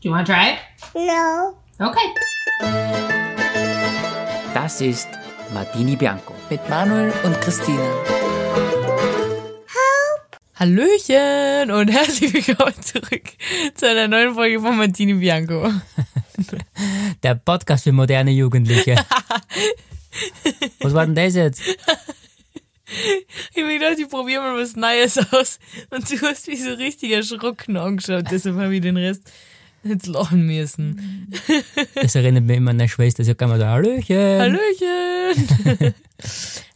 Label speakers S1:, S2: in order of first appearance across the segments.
S1: Do you want to try it?
S2: No.
S1: Okay.
S3: Das ist Martini Bianco.
S4: mit Manuel und Christine. Hallöchen und herzlich willkommen zurück zu einer neuen Folge von Martini Bianco.
S3: Der Podcast für moderne Jugendliche. Was war denn das jetzt?
S4: Ich habe gedacht, ich probiere mal was Neues aus und du hast mich so richtig erschrocken angeschaut, deshalb habe ich den Rest jetzt lachen müssen.
S3: Das erinnert mich immer an eine Schwester, so kann man so,
S4: Ähm.
S3: Hallöchen.
S4: Hallöchen!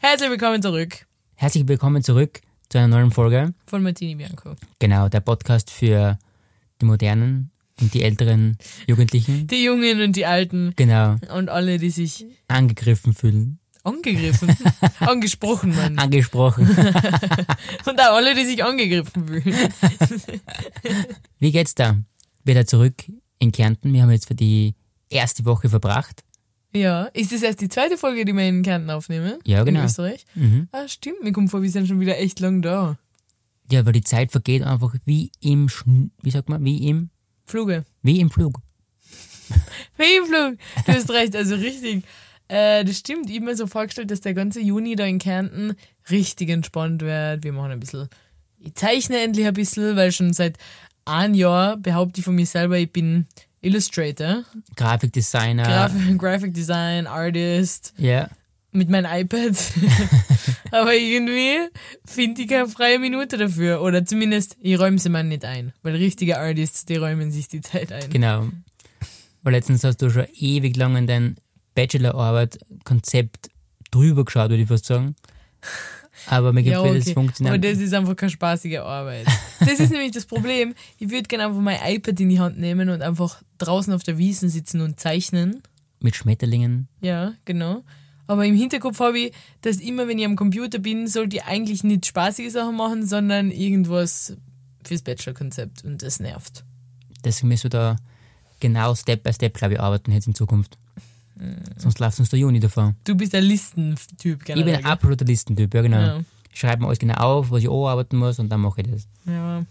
S4: herzlich willkommen zurück
S3: Herzlich willkommen zurück zu einer neuen Folge.
S4: von Martini Bianco.
S3: Genau, der Podcast für die modernen und die älteren Jugendlichen.
S4: Die Jungen und die Alten
S3: Genau,
S4: und alle, die sich
S3: angegriffen fühlen,
S4: angegriffen, angesprochen haben.
S3: angesprochen.
S4: Und auch alle, die sich angegriffen fühlen.
S3: Wie geht's da? Wieder zurück in Kärnten. Wir haben jetzt für die erste Woche verbracht.
S4: Ja, ist das erst die zweite Folge, die wir in Kärnten aufnehmen?
S3: Ja, genau.
S4: In Österreich?
S3: Mhm.
S4: Ah, stimmt, mir kommt vor, wir sind schon wieder echt lang da.
S3: Ja, weil die Zeit vergeht einfach wie im, Schn wie sagt man, wie im,
S4: Fluge.
S3: wie im Flug.
S4: Wie im Flug. Du hast recht, also richtig. Äh, das stimmt, ich hab mir so vorgestellt, dass der ganze Juni da in Kärnten richtig entspannt wird. Wir machen ein bisschen, ich zeichne endlich ein bisschen, weil schon seit einem Jahr behaupte ich von mir selber, ich bin Illustrator,
S3: Grafikdesigner.
S4: Graf Graphic Design, Artist,
S3: ja,
S4: mit meinem iPad. Aber irgendwie finde ich keine freie Minute dafür. Oder zumindest, ich räume sie mir nicht ein. Weil richtige Artists, die räumen sich die Zeit ein.
S3: genau. Weil letztens hast du schon ewig lang in dein Bachelorarbeit-Konzept drüber geschaut, würde ich fast sagen. Aber mir gefällt es
S4: Aber
S3: funktioniert.
S4: das ist einfach keine spaßige Arbeit. Das ist nämlich das Problem. Ich würde gerne einfach mein iPad in die Hand nehmen und einfach draußen auf der Wiese sitzen und zeichnen.
S3: Mit Schmetterlingen.
S4: Ja, genau. Aber im Hinterkopf habe ich, dass immer, wenn ich am Computer bin, sollte ich eigentlich nicht spaßige Sachen machen, sondern irgendwas fürs Bachelor-Konzept. Und das nervt.
S3: Deswegen müssen wir da genau Step by Step, glaube ich, arbeiten jetzt in Zukunft.
S4: Äh.
S3: Sonst läuft uns der Juni davon.
S4: Du bist ein Listentyp, genau.
S3: Ich bin ein absoluter Listentyp, ja genau.
S4: Ja.
S3: Ich schreibe mir alles genau auf, was ich arbeiten muss und dann mache ich das.
S4: Ja,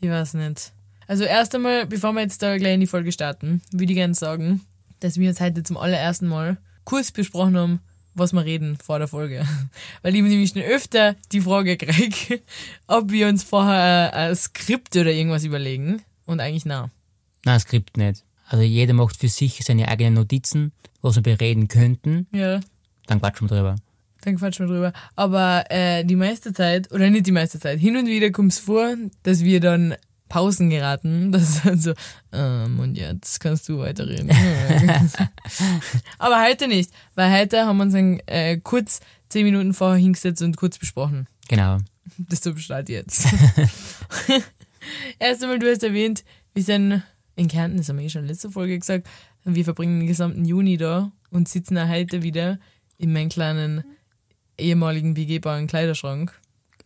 S4: ich weiß nicht. Also erst einmal, bevor wir jetzt da gleich in die Folge starten, würde ich gerne sagen, dass wir uns heute zum allerersten Mal kurz besprochen haben, was wir reden vor der Folge. Weil ich nämlich schon öfter die Frage kriege, ob wir uns vorher ein, ein Skript oder irgendwas überlegen. Und eigentlich na.
S3: Nein, Skript nicht. Also jeder macht für sich seine eigenen Notizen, was wir bereden könnten,
S4: Ja.
S3: dann quatschen wir drüber.
S4: Dann quatschen wir drüber. Aber äh, die meiste Zeit, oder nicht die meiste Zeit, hin und wieder kommt es vor, dass wir dann Pausen geraten. Das ist dann so, ähm, und jetzt kannst du weiterreden. Aber heute nicht, weil heute haben wir uns dann äh, kurz zehn Minuten vorher hingesetzt und kurz besprochen.
S3: Genau.
S4: Das zum Start jetzt. Erst einmal, du hast erwähnt, wir sind in Kärnten, das haben wir eh schon letzte Folge gesagt, wir verbringen den gesamten Juni da und sitzen auch heute wieder in meinem kleinen ehemaligen begehbaren Kleiderschrank.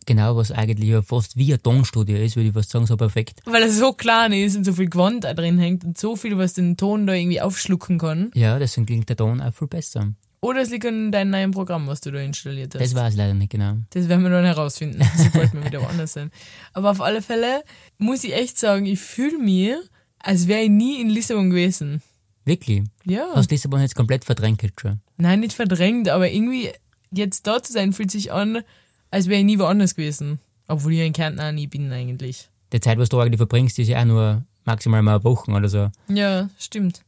S3: Genau, was eigentlich ja fast wie ein Tonstudio ist, würde ich fast sagen, so perfekt.
S4: Weil er so klein ist und so viel Gewand da drin hängt und so viel, was den Ton da irgendwie aufschlucken kann.
S3: Ja, deswegen klingt der Ton auch viel besser.
S4: Oder es liegt an deinem neuen Programm, was du da installiert hast.
S3: Das weiß ich leider nicht genau.
S4: Das werden wir dann herausfinden, sobald wir wieder woanders sind. Aber auf alle Fälle muss ich echt sagen, ich fühle mich, als wäre ich nie in Lissabon gewesen.
S3: Wirklich.
S4: Ja.
S3: Hast Lissabon jetzt komplett verdrängt jetzt schon?
S4: Nein, nicht verdrängt, aber irgendwie jetzt da zu sein, fühlt sich an, als wäre ich nie woanders gewesen. Obwohl ich ja in Kärnten auch nie bin eigentlich.
S3: Die Zeit, was du eigentlich verbringst, ist ja auch nur maximal mal Wochen oder so.
S4: Ja, stimmt.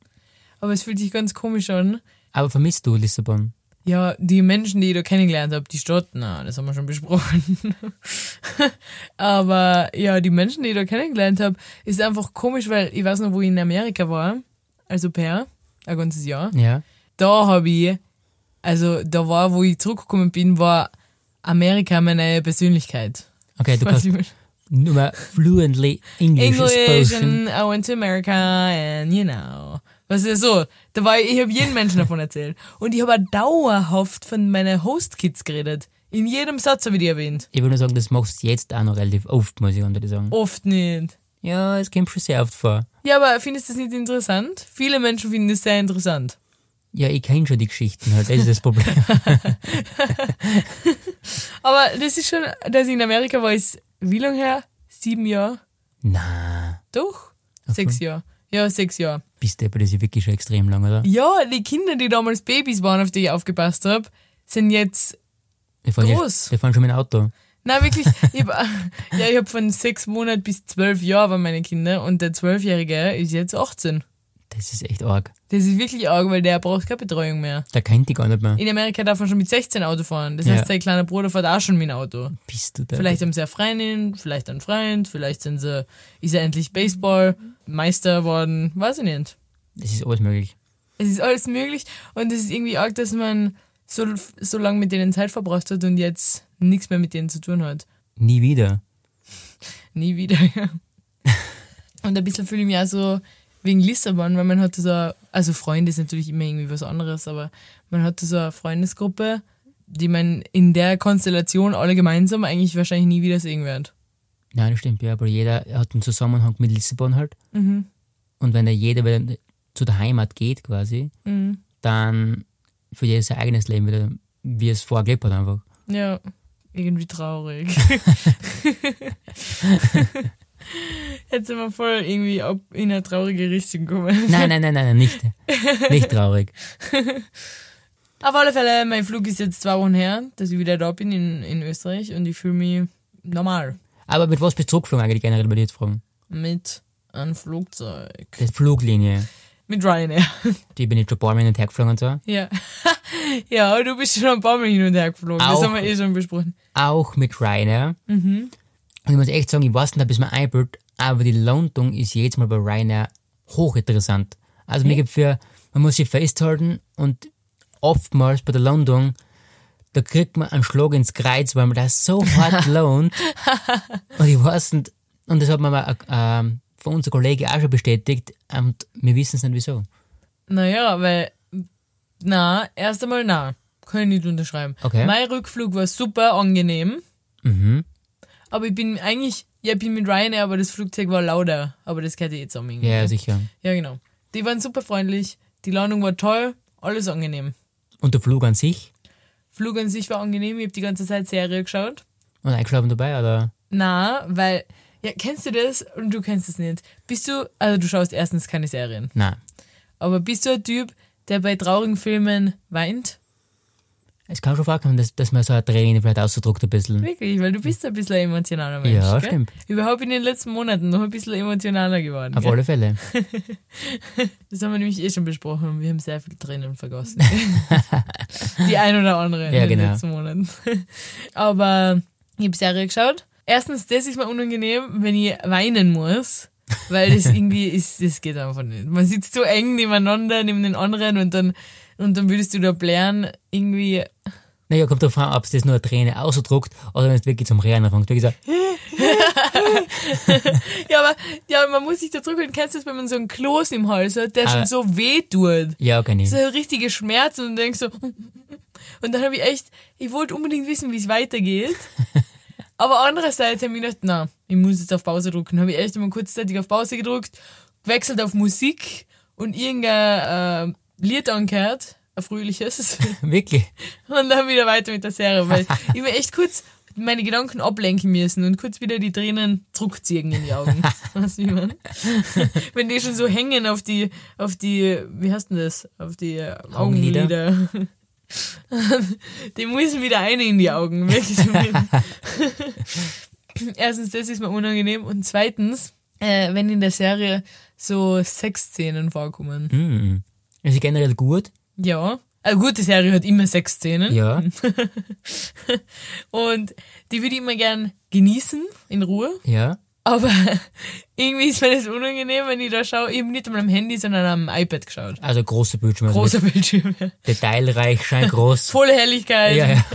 S4: Aber es fühlt sich ganz komisch an.
S3: Aber vermisst du Lissabon?
S4: Ja, die Menschen, die ich da kennengelernt habe, die Stadt, na, das haben wir schon besprochen. Aber ja, die Menschen, die ich da kennengelernt habe, ist einfach komisch, weil ich weiß noch, wo ich in Amerika war, also per, ein ganzes Jahr.
S3: Ja.
S4: Da habe ich, also da war, wo ich zurückgekommen bin, war Amerika meine Persönlichkeit.
S3: Okay, du
S4: Was
S3: kannst
S4: ich mein-
S3: nur mal fluently English,
S4: English
S3: sprechen.
S4: and I went to America and you know. Was ist so? Da war ich, ich habe jeden Menschen davon erzählt. Und ich habe auch dauerhaft von meinen Host-Kids geredet. In jedem Satz habe ich die erwähnt.
S3: Ich würde nur sagen, das machst du jetzt auch noch relativ oft, muss ich unter sagen.
S4: Oft nicht.
S3: Ja, es kommt schon sehr oft vor.
S4: Ja, aber findest du das nicht interessant? Viele Menschen finden das sehr interessant.
S3: Ja, ich kenne schon die Geschichten halt, das ist das Problem.
S4: Aber das ist schon, dass ich in Amerika war, ist wie lange her? Sieben Jahre?
S3: Na,
S4: Doch? Sechs Jahre. Ja, sechs Jahre.
S3: Bist du, das ist ja wirklich schon extrem lang, oder?
S4: Ja, die Kinder, die damals Babys waren, auf die ich aufgepasst habe, sind jetzt.
S3: Wir fahren, ja-
S4: Groß.
S3: wir fahren schon mit dem Auto.
S4: Na wirklich, ich hab, ja, ich habe von sechs Monat bis zwölf Jahre waren meine Kinder und der Zwölfjährige ist jetzt 18.
S3: Das ist echt arg.
S4: Das ist wirklich arg, weil der braucht keine Betreuung mehr.
S3: Da kennt die gar nicht mehr.
S4: In Amerika darf man schon mit 16 Auto fahren. Das
S3: Ja.
S4: heißt, sein kleiner Bruder fährt auch schon mit dem Auto.
S3: Bist du da?
S4: Vielleicht haben sie eine Freundin, vielleicht einen Freund, vielleicht sind sie, ist er endlich Baseballmeister geworden, weiß ich nicht.
S3: Das ist alles möglich.
S4: Es ist alles möglich und es ist irgendwie arg, dass man so, so lange mit denen Zeit verbracht hat und jetzt nichts mehr mit denen zu tun hat.
S3: Nie wieder.
S4: Nie wieder, ja. Und ein bisschen fühle ich mich auch so wegen Lissabon, weil man hatte so, eine- also Freunde ist natürlich immer irgendwie was anderes, aber man hatte so eine Freundesgruppe, die man in der Konstellation alle gemeinsam eigentlich wahrscheinlich nie wieder sehen wird.
S3: Nein, das stimmt, ja, aber jeder hat einen Zusammenhang mit Lissabon halt. Und wenn da jeder wieder zu der Heimat geht quasi,
S4: Mhm.
S3: dann für jedes sein eigenes Leben wieder, wie es vorher gelebt hat einfach.
S4: Ja, irgendwie traurig. Jetzt sind wir voll irgendwie ab- in eine traurige Richtung gekommen.
S3: Nein, nein, nein, nein, nein, nicht. Nicht traurig.
S4: Auf alle Fälle, mein Flug ist jetzt zwei Wochen her, dass ich wieder da bin in, in Österreich und ich fühle mich normal
S3: Aber mit was bist du zurückgeflogen eigentlich generell, würde ich jetzt fragen?
S4: mit einem Flugzeug.
S3: Die Fluglinie.
S4: Mit Ryanair.
S3: Die bin ich schon ein paar Mal hin und her geflogen und so.
S4: Ja. ja, du bist schon ein paar Mal hin und her geflogen. Das
S3: Auch.
S4: haben wir eh schon besprochen.
S3: Auch mit Ryanair. Und ich muss echt sagen, ich weiß nicht, ob es mir einbildet, aber die Lohnung ist jedes Mal bei Ryanair hochinteressant. Also mir gibt für, man muss sich festhalten und oftmals bei der Landung, da kriegt man einen Schlag ins Kreuz, weil man das so hart lohnt. Und ich weiß nicht, und das hat mir mal, ähm, von unserem Kollege auch schon bestätigt und wir wissen es nicht wieso.
S4: Naja, weil, na, erst einmal na. Kann ich nicht unterschreiben.
S3: Okay.
S4: Mein Rückflug war super angenehm.
S3: Mhm.
S4: Aber ich bin eigentlich, ja, ich bin mit Ryanair, aber das Flugzeug war lauter. Aber das gehört ja eh zusammen. irgendwie.
S3: Ja, sicher.
S4: ja, genau. Die waren super freundlich, die Landung war toll, alles angenehm.
S3: Und der Flug an sich?
S4: Flug an sich war angenehm, ich habe die ganze Zeit Serie geschaut.
S3: Und eingeschlafen dabei, oder?
S4: Na, weil, ja, kennst du das? Und du kennst es nicht. Bist du, also du schaust erstens keine Serien,
S3: Nein.
S4: aber bist du ein Typ, der bei traurigen Filmen weint?
S3: Es kann schon vorkommen, dass, dass man so eine Träne vielleicht ausgedruckt ein bisschen.
S4: Wirklich, weil du bist ein bisschen ein emotionaler Mensch.
S3: Ja,
S4: gell?
S3: stimmt.
S4: Überhaupt in den letzten Monaten noch ein bisschen emotionaler geworden.
S3: Auf
S4: gell?
S3: alle Fälle.
S4: Das haben wir nämlich eh schon besprochen und wir haben sehr viele Tränen vergossen. Die ein oder andere
S3: Ja,
S4: in den
S3: genau.
S4: letzten Monaten. Aber ich habe Serie geschaut. Erstens, das ist mir unangenehm, wenn ich weinen muss, weil das irgendwie ist, das geht einfach nicht. Man sitzt so eng nebeneinander, neben den anderen und dann, und dann würdest du da blären, irgendwie,
S3: Naja, kommt drauf an, ob es das nur eine Träne ausdruckt oder wenn es wirklich zum Rennen anfängt. Wirklich so,
S4: ja, aber, ja, aber man muss sich da zurückholen. Kennst du das, wenn man so einen Kloß im Hals hat, der schon
S3: Ah.
S4: so weh tut?
S3: ja, kann ich.
S4: so richtige Schmerzen und denkst so. Und dann habe ich echt, ich wollte unbedingt wissen, wie es weitergeht. Aber andererseits habe ich gedacht, na, ich muss jetzt auf Pause drücken. Habe ich echt mal kurzzeitig auf Pause gedrückt, gewechselt auf Musik und irgendein äh, Lied angehört, ein fröhliches.
S3: Wirklich.
S4: Und dann wieder weiter mit der Serie, weil ich mir echt kurz meine Gedanken ablenken müssen und kurz wieder die Tränen zurückziehen in die Augen. Weißt du, wie man? Wenn die schon so hängen auf die, auf die, wie heißt denn das? Auf die äh,
S3: Augenlider.
S4: Augenlider. die müssen wieder eine in die Augen. Wirklich. so viel. Erstens, das ist mir unangenehm. Und zweitens, äh, wenn in der Serie so Sexszenen vorkommen.
S3: Mm. Also generell gut.
S4: Ja. Eine gute Serie hat immer Sexszenen.
S3: Ja.
S4: Und die würde ich immer gern genießen, in Ruhe.
S3: Ja.
S4: Aber irgendwie ist mir das unangenehm, wenn ich da schaue. Ich habe nicht einmal am Handy, sondern am iPad geschaut.
S3: Also große Bildschirme. Also
S4: Großer Bildschirm. ja.
S3: mit Detailreich, scheint groß.
S4: Volle Helligkeit.
S3: ja, ja.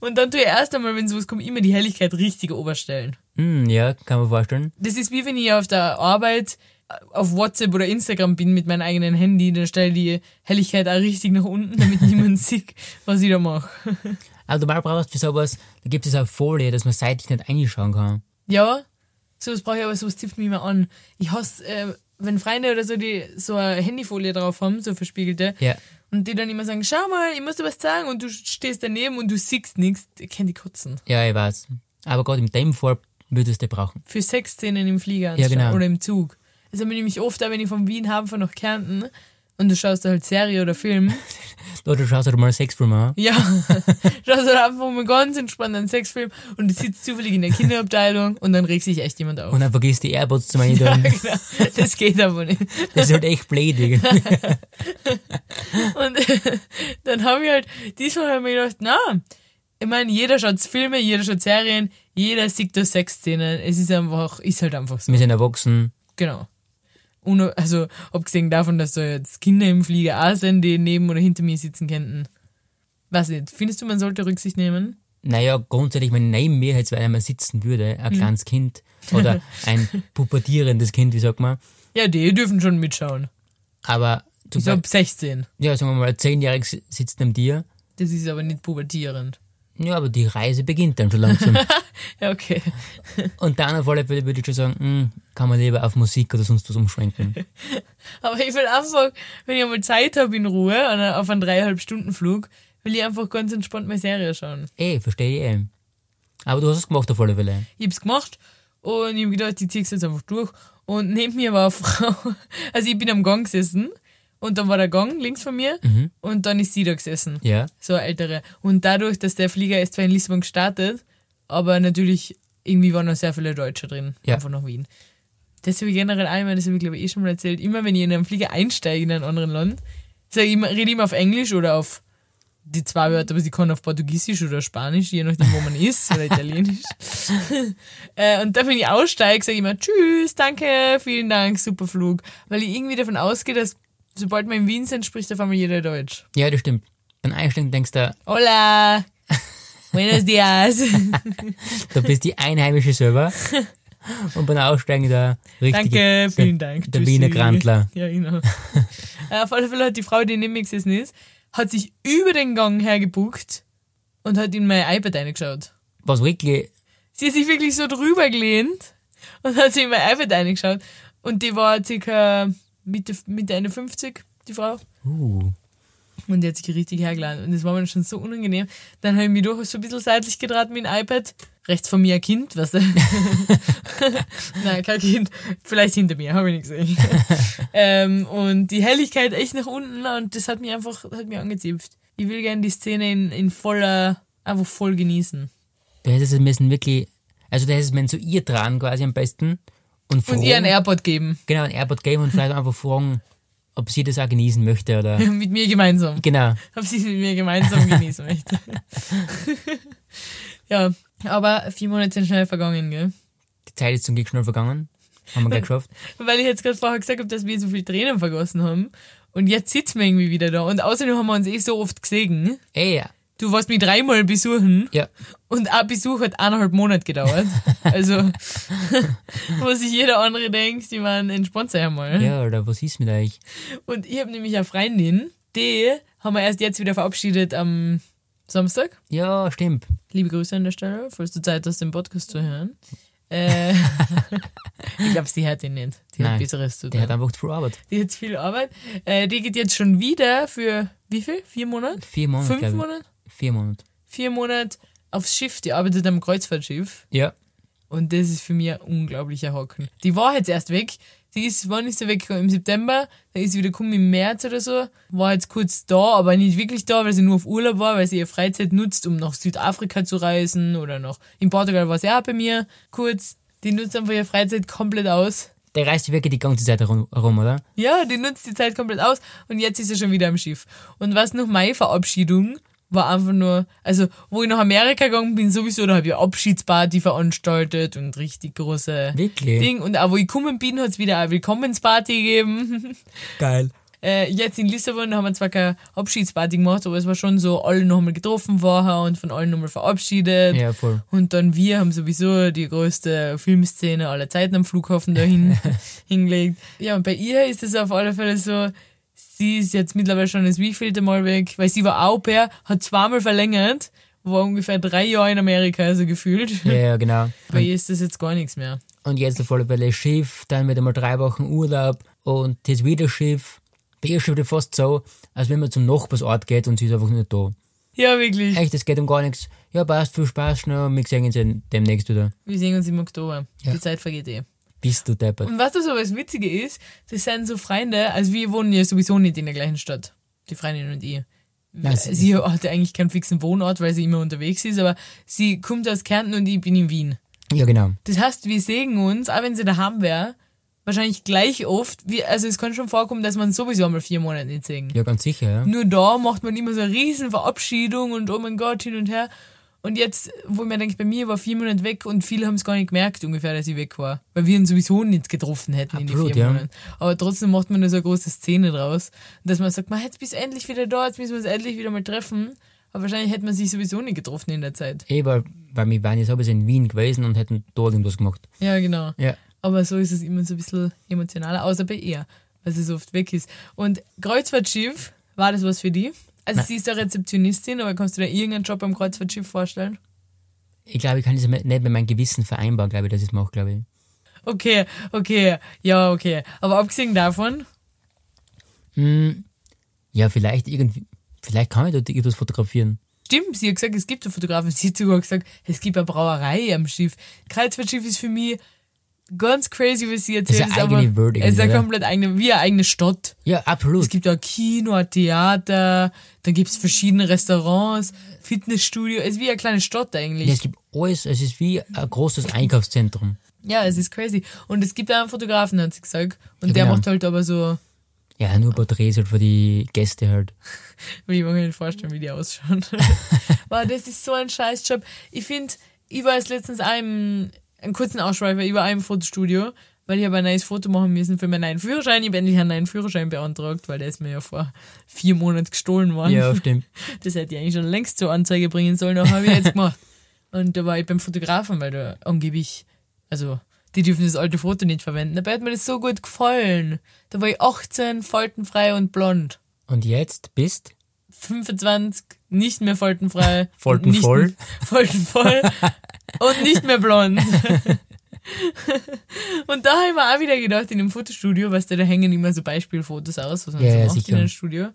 S4: Und dann tue ich erst einmal, wenn sowas kommt, immer die Helligkeit richtig oberstellen.
S3: Mm, ja, kann man vorstellen.
S4: Das ist wie wenn ich auf der Arbeit äh, auf WhatsApp oder Instagram bin mit meinem eigenen Handy, dann stelle ich die Helligkeit auch richtig nach unten, damit niemand sieht, was ich da mache.
S3: Aber normal Also, brauchst du für sowas, da gibt es eine Folie, dass man seitlich nicht einschauen kann.
S4: Ja, sowas brauche ich aber, sowas tippt mich immer an. Ich hasse, äh, wenn Freunde oder so, die so eine Handyfolie drauf haben, so verspiegelte,
S3: Ja.
S4: und die dann immer sagen, schau mal, ich muss dir was sagen, und du stehst daneben und du siehst nichts, ich kann die kotzen.
S3: Ja, ich weiß. Aber gerade in dem Fall würdest du die brauchen.
S4: Für Sexszenen im Flieger
S3: Ja, genau.
S4: oder im Zug. Das haben wir nämlich oft, auch wenn ich von Wien habe, von nach Kärnten und du schaust da halt Serie oder Film.
S3: Leute, schaust du dir mal Sexfilm an.
S4: Ja, schaust halt einfach mal ganz entspannt einen Sexfilm und du sitzt zufällig in der Kinderabteilung und dann regt sich echt jemand auf.
S3: Und dann vergisst die AirPods zum einen.
S4: ja, genau. Das geht aber nicht.
S3: Das ist halt echt blöd. irgendwie.
S4: Und dann habe ich halt, diesmal habe ich mir gedacht, na, ich meine, jeder schaut Filme, jeder schaut Serien, jeder sieht da Sexszenen. Es ist einfach, ist halt einfach so.
S3: Wir sind erwachsen.
S4: Genau. Und, also, abgesehen davon, dass da jetzt Kinder im Flieger auch sind, die neben oder hinter mir sitzen könnten. Weiß nicht, findest du, man sollte Rücksicht nehmen?
S3: Naja, grundsätzlich, wenn neben mir jetzt einer mal sitzen würde, ein kleines Kind oder ein pubertierendes Kind, wie sagt man.
S4: Ja, die dürfen schon mitschauen.
S3: Aber zum
S4: Ich so
S3: Beispiel,
S4: ab 16.
S3: ja, sagen wir mal, ein Zehnjähriges sitzt neben dir.
S4: Das ist aber nicht pubertierend.
S3: Ja, aber die Reise beginnt dann schon langsam.
S4: Ja, okay.
S3: Und dann auf alle Fälle würde ich schon sagen, hm, kann man lieber auf Musik oder sonst was umschwenken.
S4: Aber ich will einfach, wenn ich einmal Zeit habe in Ruhe, an einer- auf einen dreieinhalb Stunden Flug, will ich einfach ganz entspannt meine Serie schauen.
S3: Eh, verstehe ich eh. Aber du hast es gemacht auf alle Fälle.
S4: Ich hab's gemacht und ich hab gedacht, ich zieh's jetzt einfach durch. Und neben mir war eine Frau, also ich bin am Gang gesessen und dann war der Gang links von mir und dann ist sie da gesessen.
S3: Ja.
S4: So eine ältere. Und dadurch, dass der Flieger erst zwar in Lissabon gestartet, aber natürlich irgendwie waren noch sehr viele Deutsche drin,
S3: Ja.
S4: einfach nach Wien. Das habe ich generell einmal, das habe ich glaube ich eh schon mal erzählt, immer wenn ich in einen Flieger einsteige in einem anderen Land, sag ich immer, rede ich immer auf Englisch oder auf die zwei Wörter, aber sie kann auf Portugiesisch oder Spanisch, je nachdem, wo man ist, oder Italienisch. Äh, und dann, wenn ich aussteige, sage ich immer Tschüss, danke, vielen Dank, super Flug. Weil ich irgendwie davon ausgehe, dass sobald wir in Wien sind, spricht auf einmal jeder Deutsch.
S3: Ja, das stimmt. Dann einsteigen denkst du,
S4: Hola! Buenos dias!
S3: du bist die Einheimische selber. Und beim Aussteigen der richtige.
S4: Danke, vielen Dank.
S3: der
S4: Tschüssi.
S3: Wiener Grantler.
S4: Ja, genau. Äh, Auf alle Fälle hat die Frau, die neben mir gesessen ist, hat sich über den Gang hergebuckt und hat in mein iPad reingeschaut.
S3: Was wirklich,
S4: Sie hat sich wirklich so drüber gelehnt und hat sich in mein iPad reingeschaut. Und die war circa Mitte, Mitte 51, die Frau.
S3: uh,
S4: Und die hat sich richtig hergeladen. Und das war mir schon so unangenehm. Dann habe ich mich durchaus so ein bisschen seitlich gedraht mit dem iPad. Rechts von mir ein Kind, weißt du? Nein, kein Kind. Vielleicht hinter mir, habe ich nicht gesehen. ähm, und die Helligkeit echt nach unten und das hat mich einfach, hat mich angezipft. Ich will gerne die Szene in, in voller, einfach voll genießen.
S3: du hättest es müssen wirklich, also du hättest es müssen so ihr dran quasi am besten. Und,
S4: Und
S3: fragen,
S4: ihr einen Airpod geben.
S3: Genau, ein Airport Game und vielleicht einfach fragen, ob sie das auch genießen möchte oder.
S4: mit mir gemeinsam.
S3: Genau.
S4: ob sie es mit mir gemeinsam genießen möchte. ja, aber vier Monate sind schnell vergangen, gell?
S3: Die Zeit ist zum Glück schnell vergangen. Haben wir gleich geschafft.
S4: Weil ich jetzt gerade vorher gesagt habe, dass wir so viel Tränen vergossen haben. Und jetzt sitzen wir irgendwie wieder da. Und außerdem haben wir uns eh so oft gesehen.
S3: Ey, ja.
S4: Du warst mich dreimal besuchen
S3: ja.
S4: und ein Besuch hat eineinhalb Monate gedauert. Also, wo sich jeder andere denkt, die waren in Sponsor einmal.
S3: Ja, oder was ist mit euch?
S4: Und ich habe nämlich eine Freundin, die haben wir erst jetzt wieder verabschiedet am Samstag.
S3: Ja, stimmt.
S4: Liebe Grüße an der Stelle, falls du Zeit hast, den Podcast zu hören. Äh, ich glaube, sie hört ihn nicht. Die hat
S3: Nein,
S4: Besseres zu
S3: Der hat
S4: tun.
S3: einfach viel Arbeit.
S4: Die hat viel Arbeit. Äh, die geht jetzt schon wieder für wie viel? Vier Monate?
S3: Vier Monate. glaub
S4: Fünf
S3: Oh, ich.
S4: Monate?
S3: Vier Monate.
S4: Vier Monate aufs Schiff. Die arbeitet am Kreuzfahrtschiff.
S3: Ja.
S4: Und das ist für mich ein unglaublicher Hocken. Die war jetzt erst weg. Die ist, wann ist sie weggekommen? Im September. Dann ist sie wieder gekommen im März oder so. War jetzt kurz da, aber nicht wirklich da, weil sie nur auf Urlaub war, weil sie ihre Freizeit nutzt, um nach Südafrika zu reisen oder noch. In Portugal war sie auch bei mir. Kurz. Die nutzt einfach ihre Freizeit komplett aus.
S3: Der reist wirklich die ganze Zeit herum, herum, oder?
S4: Ja, die nutzt die Zeit komplett aus und jetzt ist sie schon wieder am Schiff. Und was noch meine Verabschiedung war einfach nur, also wo ich nach Amerika gegangen bin, sowieso, da habe ich eine Abschiedsparty veranstaltet und richtig große
S3: Wirklich?
S4: Ding. Und auch wo ich gekommen bin, hat es wieder eine Willkommensparty gegeben.
S3: Geil.
S4: Äh, jetzt in Lissabon haben wir zwar keine Abschiedsparty gemacht, aber es war schon so, alle nochmal getroffen vorher und von allen nochmal verabschiedet.
S3: Ja, voll.
S4: Und dann wir haben sowieso die größte Filmszene aller Zeiten am Flughafen dahin hingelegt. Ja, und bei ihr ist es auf alle Fälle so, sie ist jetzt mittlerweile schon das wievielte Mal weg, weil sie war Au pair, hat zweimal verlängert, war ungefähr drei Jahre in Amerika, also gefühlt.
S3: Ja, ja, genau.
S4: Bei ihr ist das jetzt gar nichts mehr.
S3: Und jetzt auf alle Fälle Schiff, dann wieder mal drei Wochen Urlaub und jetzt wieder Schiff. Bei ihr ist schon wieder fast so, als wenn man zum Nachbarsort geht und sie ist einfach nicht da.
S4: Ja, wirklich.
S3: Echt, es geht um gar nichts. Ja, passt, viel Spaß noch. Wir sehen uns ja demnächst wieder.
S4: Wir sehen uns im Oktober.
S3: Ja.
S4: Die Zeit vergeht eh.
S3: Bist du deppert.
S4: Und was das aber das Witzige ist, das sind so Freunde, also wir wohnen ja sowieso nicht in der gleichen Stadt, die Freundin und ich.
S3: Nein, es
S4: sie hatte eigentlich keinen fixen Wohnort, weil sie immer unterwegs ist, aber sie kommt aus Kärnten und ich bin in Wien.
S3: Ja, genau.
S4: Das heißt, wir sehen uns, auch wenn sie daheim wäre, wahrscheinlich gleich oft. Wie, also es kann schon vorkommen, dass man sowieso einmal vier Monate nicht sehen.
S3: Ja, ganz sicher, ja.
S4: Nur da macht man immer so eine riesen Verabschiedung und oh mein Gott, hin und her. Und jetzt, wo ich mir denke, bei mir war vier Monate weg und viele haben es gar nicht gemerkt ungefähr, dass ich weg war. Weil wir ihn sowieso nicht getroffen hätten in die
S3: Absolut,
S4: vier
S3: ja.
S4: Monaten. Aber trotzdem macht man da so eine große Szene draus. Dass man sagt, man, jetzt bist du endlich wieder da, jetzt müssen wir uns endlich wieder mal treffen. Aber wahrscheinlich hätte man sich sowieso nicht getroffen in der Zeit.
S3: Eh, weil, weil wir waren ja sowieso in Wien gewesen und hätten dort irgendwas gemacht.
S4: Ja, genau.
S3: Ja.
S4: Aber so ist es immer so ein bisschen emotionaler, außer bei ihr, weil sie so oft weg ist. Und Kreuzfahrtschiff, war das was für die? Also
S3: Nein.
S4: sie ist da Rezeptionistin, aber kannst du dir irgendeinen Job am Kreuzfahrtschiff vorstellen?
S3: Ich glaube, ich kann das nicht mit meinem Gewissen vereinbaren, glaube ich, dass ich es mache, glaube ich.
S4: Okay, okay, ja, okay. Aber abgesehen davon,
S3: Hm, ja, vielleicht irgendwie, vielleicht kann ich dort irgendwas fotografieren.
S4: stimmt, sie hat gesagt, es gibt einen Fotografen. Sie hat sogar gesagt, es gibt eine Brauerei am Schiff. Kreuzfahrtschiff ist für mich ganz crazy, was sie erzählt.
S3: eine eigene
S4: aber
S3: Welt
S4: es ist
S3: irgendwie,
S4: eine
S3: oder?
S4: komplett eigene, wie eine eigene Stadt.
S3: Ja,
S4: Es
S3: absolut.
S4: gibt auch Kino, ein Theater, dann gibt's verschiedene Restaurants, Fitnessstudio. Es ist wie eine kleine Stadt
S3: Ja, es
S4: eigentlich.
S3: gibt alles, es ist wie ein großes Einkaufszentrum.
S4: Ja, es ist crazy. Und es gibt auch einen Fotografen, hat sie gesagt. Und
S3: Ja,
S4: der
S3: genau.
S4: macht halt aber so,
S3: Ja, nur Porträts halt für die Gäste halt.
S4: will ich mir gar nicht vorstellen, wie die ausschauen. wow, das ist so ein Scheißjob. Ich finde, ich war jetzt letztens einem, einen kurzen Ausschweifer über einem Fotostudio, weil ich habe ein neues Foto machen müssen für meinen neuen Führerschein. Ich habe endlich einen neuen Führerschein beantragt, weil der ist mir ja vor vier Monaten gestohlen worden.
S3: Ja, stimmt.
S4: das hätte ich eigentlich schon längst zur Anzeige bringen sollen, aber habe ich jetzt gemacht. Und da war ich beim Fotografen, weil da angeblich, also die dürfen das alte Foto nicht verwenden. Dabei hat mir das so gut gefallen. Da war ich 18, faltenfrei und blond.
S3: Und jetzt bist
S4: 25, nicht mehr faltenfrei. nicht,
S3: Foltenvoll.
S4: Faltenvoll und nicht mehr blond. und da habe ich mir auch wieder gedacht, in dem Fotostudio, weißt du, da hängen immer so Beispielfotos aus, was man
S3: Ja,
S4: so
S3: ja,
S4: macht
S3: sicher.
S4: in einem Studio.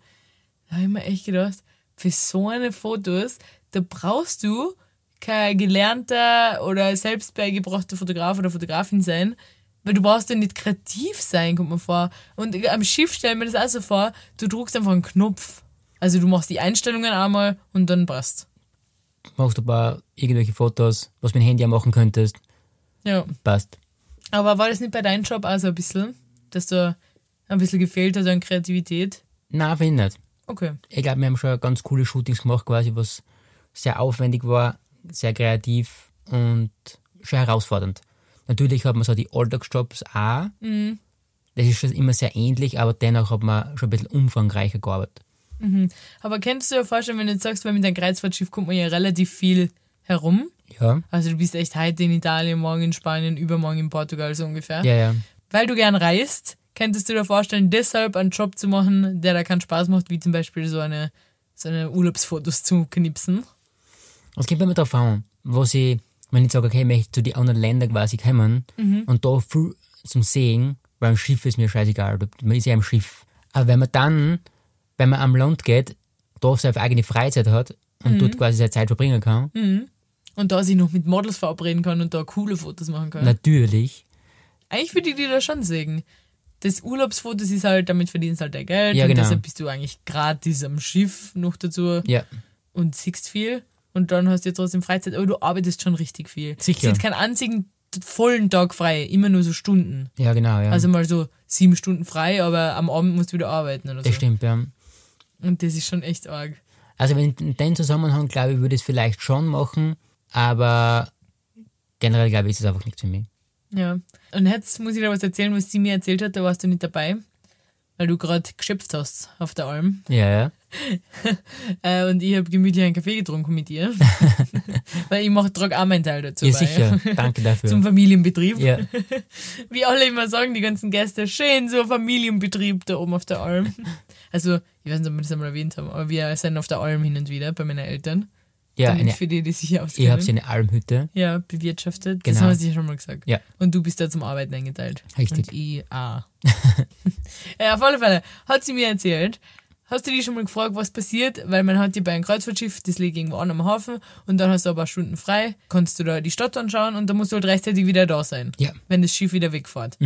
S4: Da habe ich mir echt gedacht, für so eine Fotos, da brauchst du kein gelernter oder selbst beigebrachter Fotograf oder Fotografin sein, weil du brauchst ja nicht kreativ sein, kommt mir vor. Und am Schiff stellen wir das auch so vor, du drückst einfach einen Knopf. Also du machst die Einstellungen einmal und dann passt.
S3: machst du ein paar irgendwelche Fotos, was mit dem Handy auch machen könntest.
S4: Ja.
S3: Passt.
S4: Aber war das nicht bei deinem Job auch so ein bisschen, dass du ein bisschen gefehlt hast an Kreativität?
S3: Na, finde ich nicht.
S4: Okay.
S3: Ich glaube, wir haben schon ganz coole Shootings gemacht, quasi, was sehr aufwendig war, sehr kreativ und schon herausfordernd. Natürlich hat man so die Alltagsjobs auch. Das ist schon immer sehr ähnlich, aber dennoch hat man schon ein bisschen umfangreicher gearbeitet.
S4: Aber könntest du dir vorstellen, wenn du jetzt sagst, weil mit deinem Kreuzfahrtschiff kommt man ja relativ viel herum.
S3: Ja,
S4: Also du bist echt heute in Italien, morgen in Spanien, übermorgen in Portugal so ungefähr.
S3: ja, ja.
S4: Weil du gern reist, könntest du dir vorstellen, deshalb einen Job zu machen, der da keinen Spaß macht, wie zum Beispiel so eine, so eine Urlaubsfotos zu knipsen.
S3: Es kommt immer darauf an, was ich, wenn ich sage, okay, ich möchte zu den anderen Ländern quasi kommen
S4: Mhm.
S3: und da viel zum Sehen, weil ein Schiff ist mir scheißegal, da- man ist ja im Schiff. Aber wenn man dann, wenn man am Land geht, da seine eigene Freizeit hat
S4: Mhm.
S3: und dort quasi seine Zeit verbringen kann,
S4: Und da sich noch mit Models verabreden kann und da coole Fotos machen kann.
S3: natürlich,
S4: Eigentlich würde ich dir da schon sagen. Das Urlaubsfotos ist halt, damit verdienst halt dein Geld.
S3: Ja,
S4: und
S3: genau.
S4: deshalb bist du eigentlich gratis am Schiff noch dazu
S3: ja,
S4: und siehst viel. Und dann hast du ja trotzdem Freizeit, aber du arbeitest schon richtig viel.
S3: Sicher.
S4: Du hast keinen einzigen t- vollen Tag frei, immer nur so Stunden.
S3: ja, genau, ja.
S4: Also mal so sieben Stunden frei, aber am Abend musst du wieder arbeiten oder so.
S3: das stimmt, ja.
S4: Und das ist schon echt arg.
S3: Also wenn in dem Zusammenhang, glaube ich, würde ich es vielleicht schon machen, aber generell, glaube ich, ist es einfach nichts für mich.
S4: Ja. Und jetzt muss ich dir was erzählen, was sie mir erzählt hat, da warst du nicht dabei, weil du gerade geschöpft hast auf der Alm.
S3: Ja, ja.
S4: Äh, und ich habe gemütlich einen Kaffee getrunken mit ihr. Weil ich mache trage auch meinen Teil dazu
S3: Ja,
S4: bei.
S3: sicher. Danke
S4: Zum
S3: dafür.
S4: Familienbetrieb.
S3: Ja,
S4: Wie alle immer sagen, die ganzen Gäste, schön so ein Familienbetrieb da oben auf der Alm. Also, ich weiß nicht, ob wir das einmal erwähnt haben, aber wir sind auf der Alm hin und wieder bei meinen Eltern.
S3: ja,
S4: damit
S3: eine,
S4: für die, die sich
S3: ich habe
S4: auskennen.
S3: sie eine Almhütte.
S4: ja, bewirtschaftet. Das
S3: Genau.
S4: haben wir sicher schon mal gesagt.
S3: Ja.
S4: Und du bist da zum Arbeiten eingeteilt.
S3: Richtig.
S4: Und ich auch. ja, auf alle Fälle hat sie mir erzählt, hat- hast du dich schon mal gefragt, was passiert, weil man hat die bei einem Kreuzfahrtschiff, das liegt irgendwo an am Hafen und dann hast du aber Stunden frei, kannst du da die Stadt anschauen und dann musst du halt rechtzeitig wieder da sein,
S3: Ja. Mhm.
S4: wenn das Schiff wieder wegfährt.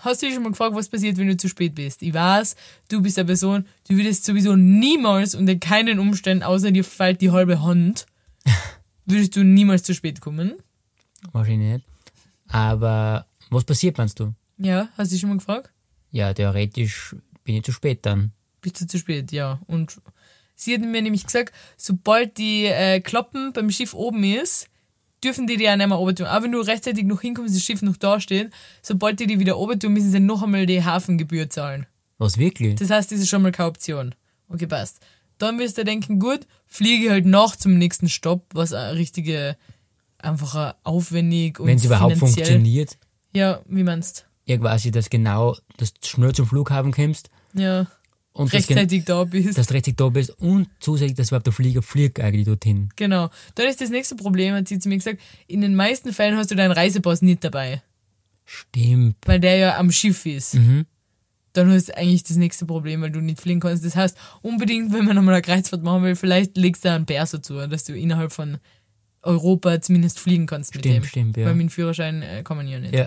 S4: Hast du dich schon mal gefragt, was passiert, wenn du zu spät bist? Ich weiß, du bist eine Person, du würdest sowieso niemals unter keinen Umständen, außer dir fällt die halbe Hand, würdest du niemals zu spät kommen.
S3: Wahrscheinlich nicht. Aber was passiert, meinst du?
S4: Ja, hast du dich schon mal gefragt?
S3: Ja, theoretisch bin ich zu spät dann.
S4: bist du zu spät, ja. Und sie hat mir nämlich gesagt, sobald die äh, Klappen beim Schiff oben ist, dürfen die die ja nicht mehr oben tun. Aber wenn du rechtzeitig noch hinkommst, das Schiff noch da steht, sobald die die wieder oben tun, müssen sie noch einmal die Hafengebühr zahlen.
S3: Was wirklich?
S4: Das heißt, das ist schon mal keine Option. Okay, passt. Dann wirst du denken, gut, fliege ich halt noch zum nächsten Stopp, was eine richtige, einfach eine aufwendig und
S3: Wenn es überhaupt
S4: finanziell-
S3: funktioniert,
S4: Ja, wie meinst
S3: ja quasi, dass genau, dass du schnell zum Flughafen kommst
S4: du? Ja,
S3: und dass, gen-
S4: rechtzeitig da bist.
S3: dass du rechtzeitig da bist und zusätzlich, dass überhaupt der Flieger fliegt eigentlich dorthin.
S4: Genau. Dann ist das nächste Problem, hat sie zu mir gesagt, in den meisten Fällen hast du deinen Reisepass nicht dabei,
S3: Stimmt.
S4: weil der ja am Schiff ist.
S3: Mhm.
S4: Dann hast du eigentlich das nächste Problem, weil du nicht fliegen kannst. Das heißt, unbedingt, wenn man nochmal eine Kreuzfahrt machen will, vielleicht legst du einen Perso zu, dass du innerhalb von Europa zumindest fliegen kannst mit dem.
S3: Stimmt, stimmt, ja.
S4: Weil mit dem Führerschein äh, kann man ja nicht.
S3: Ja.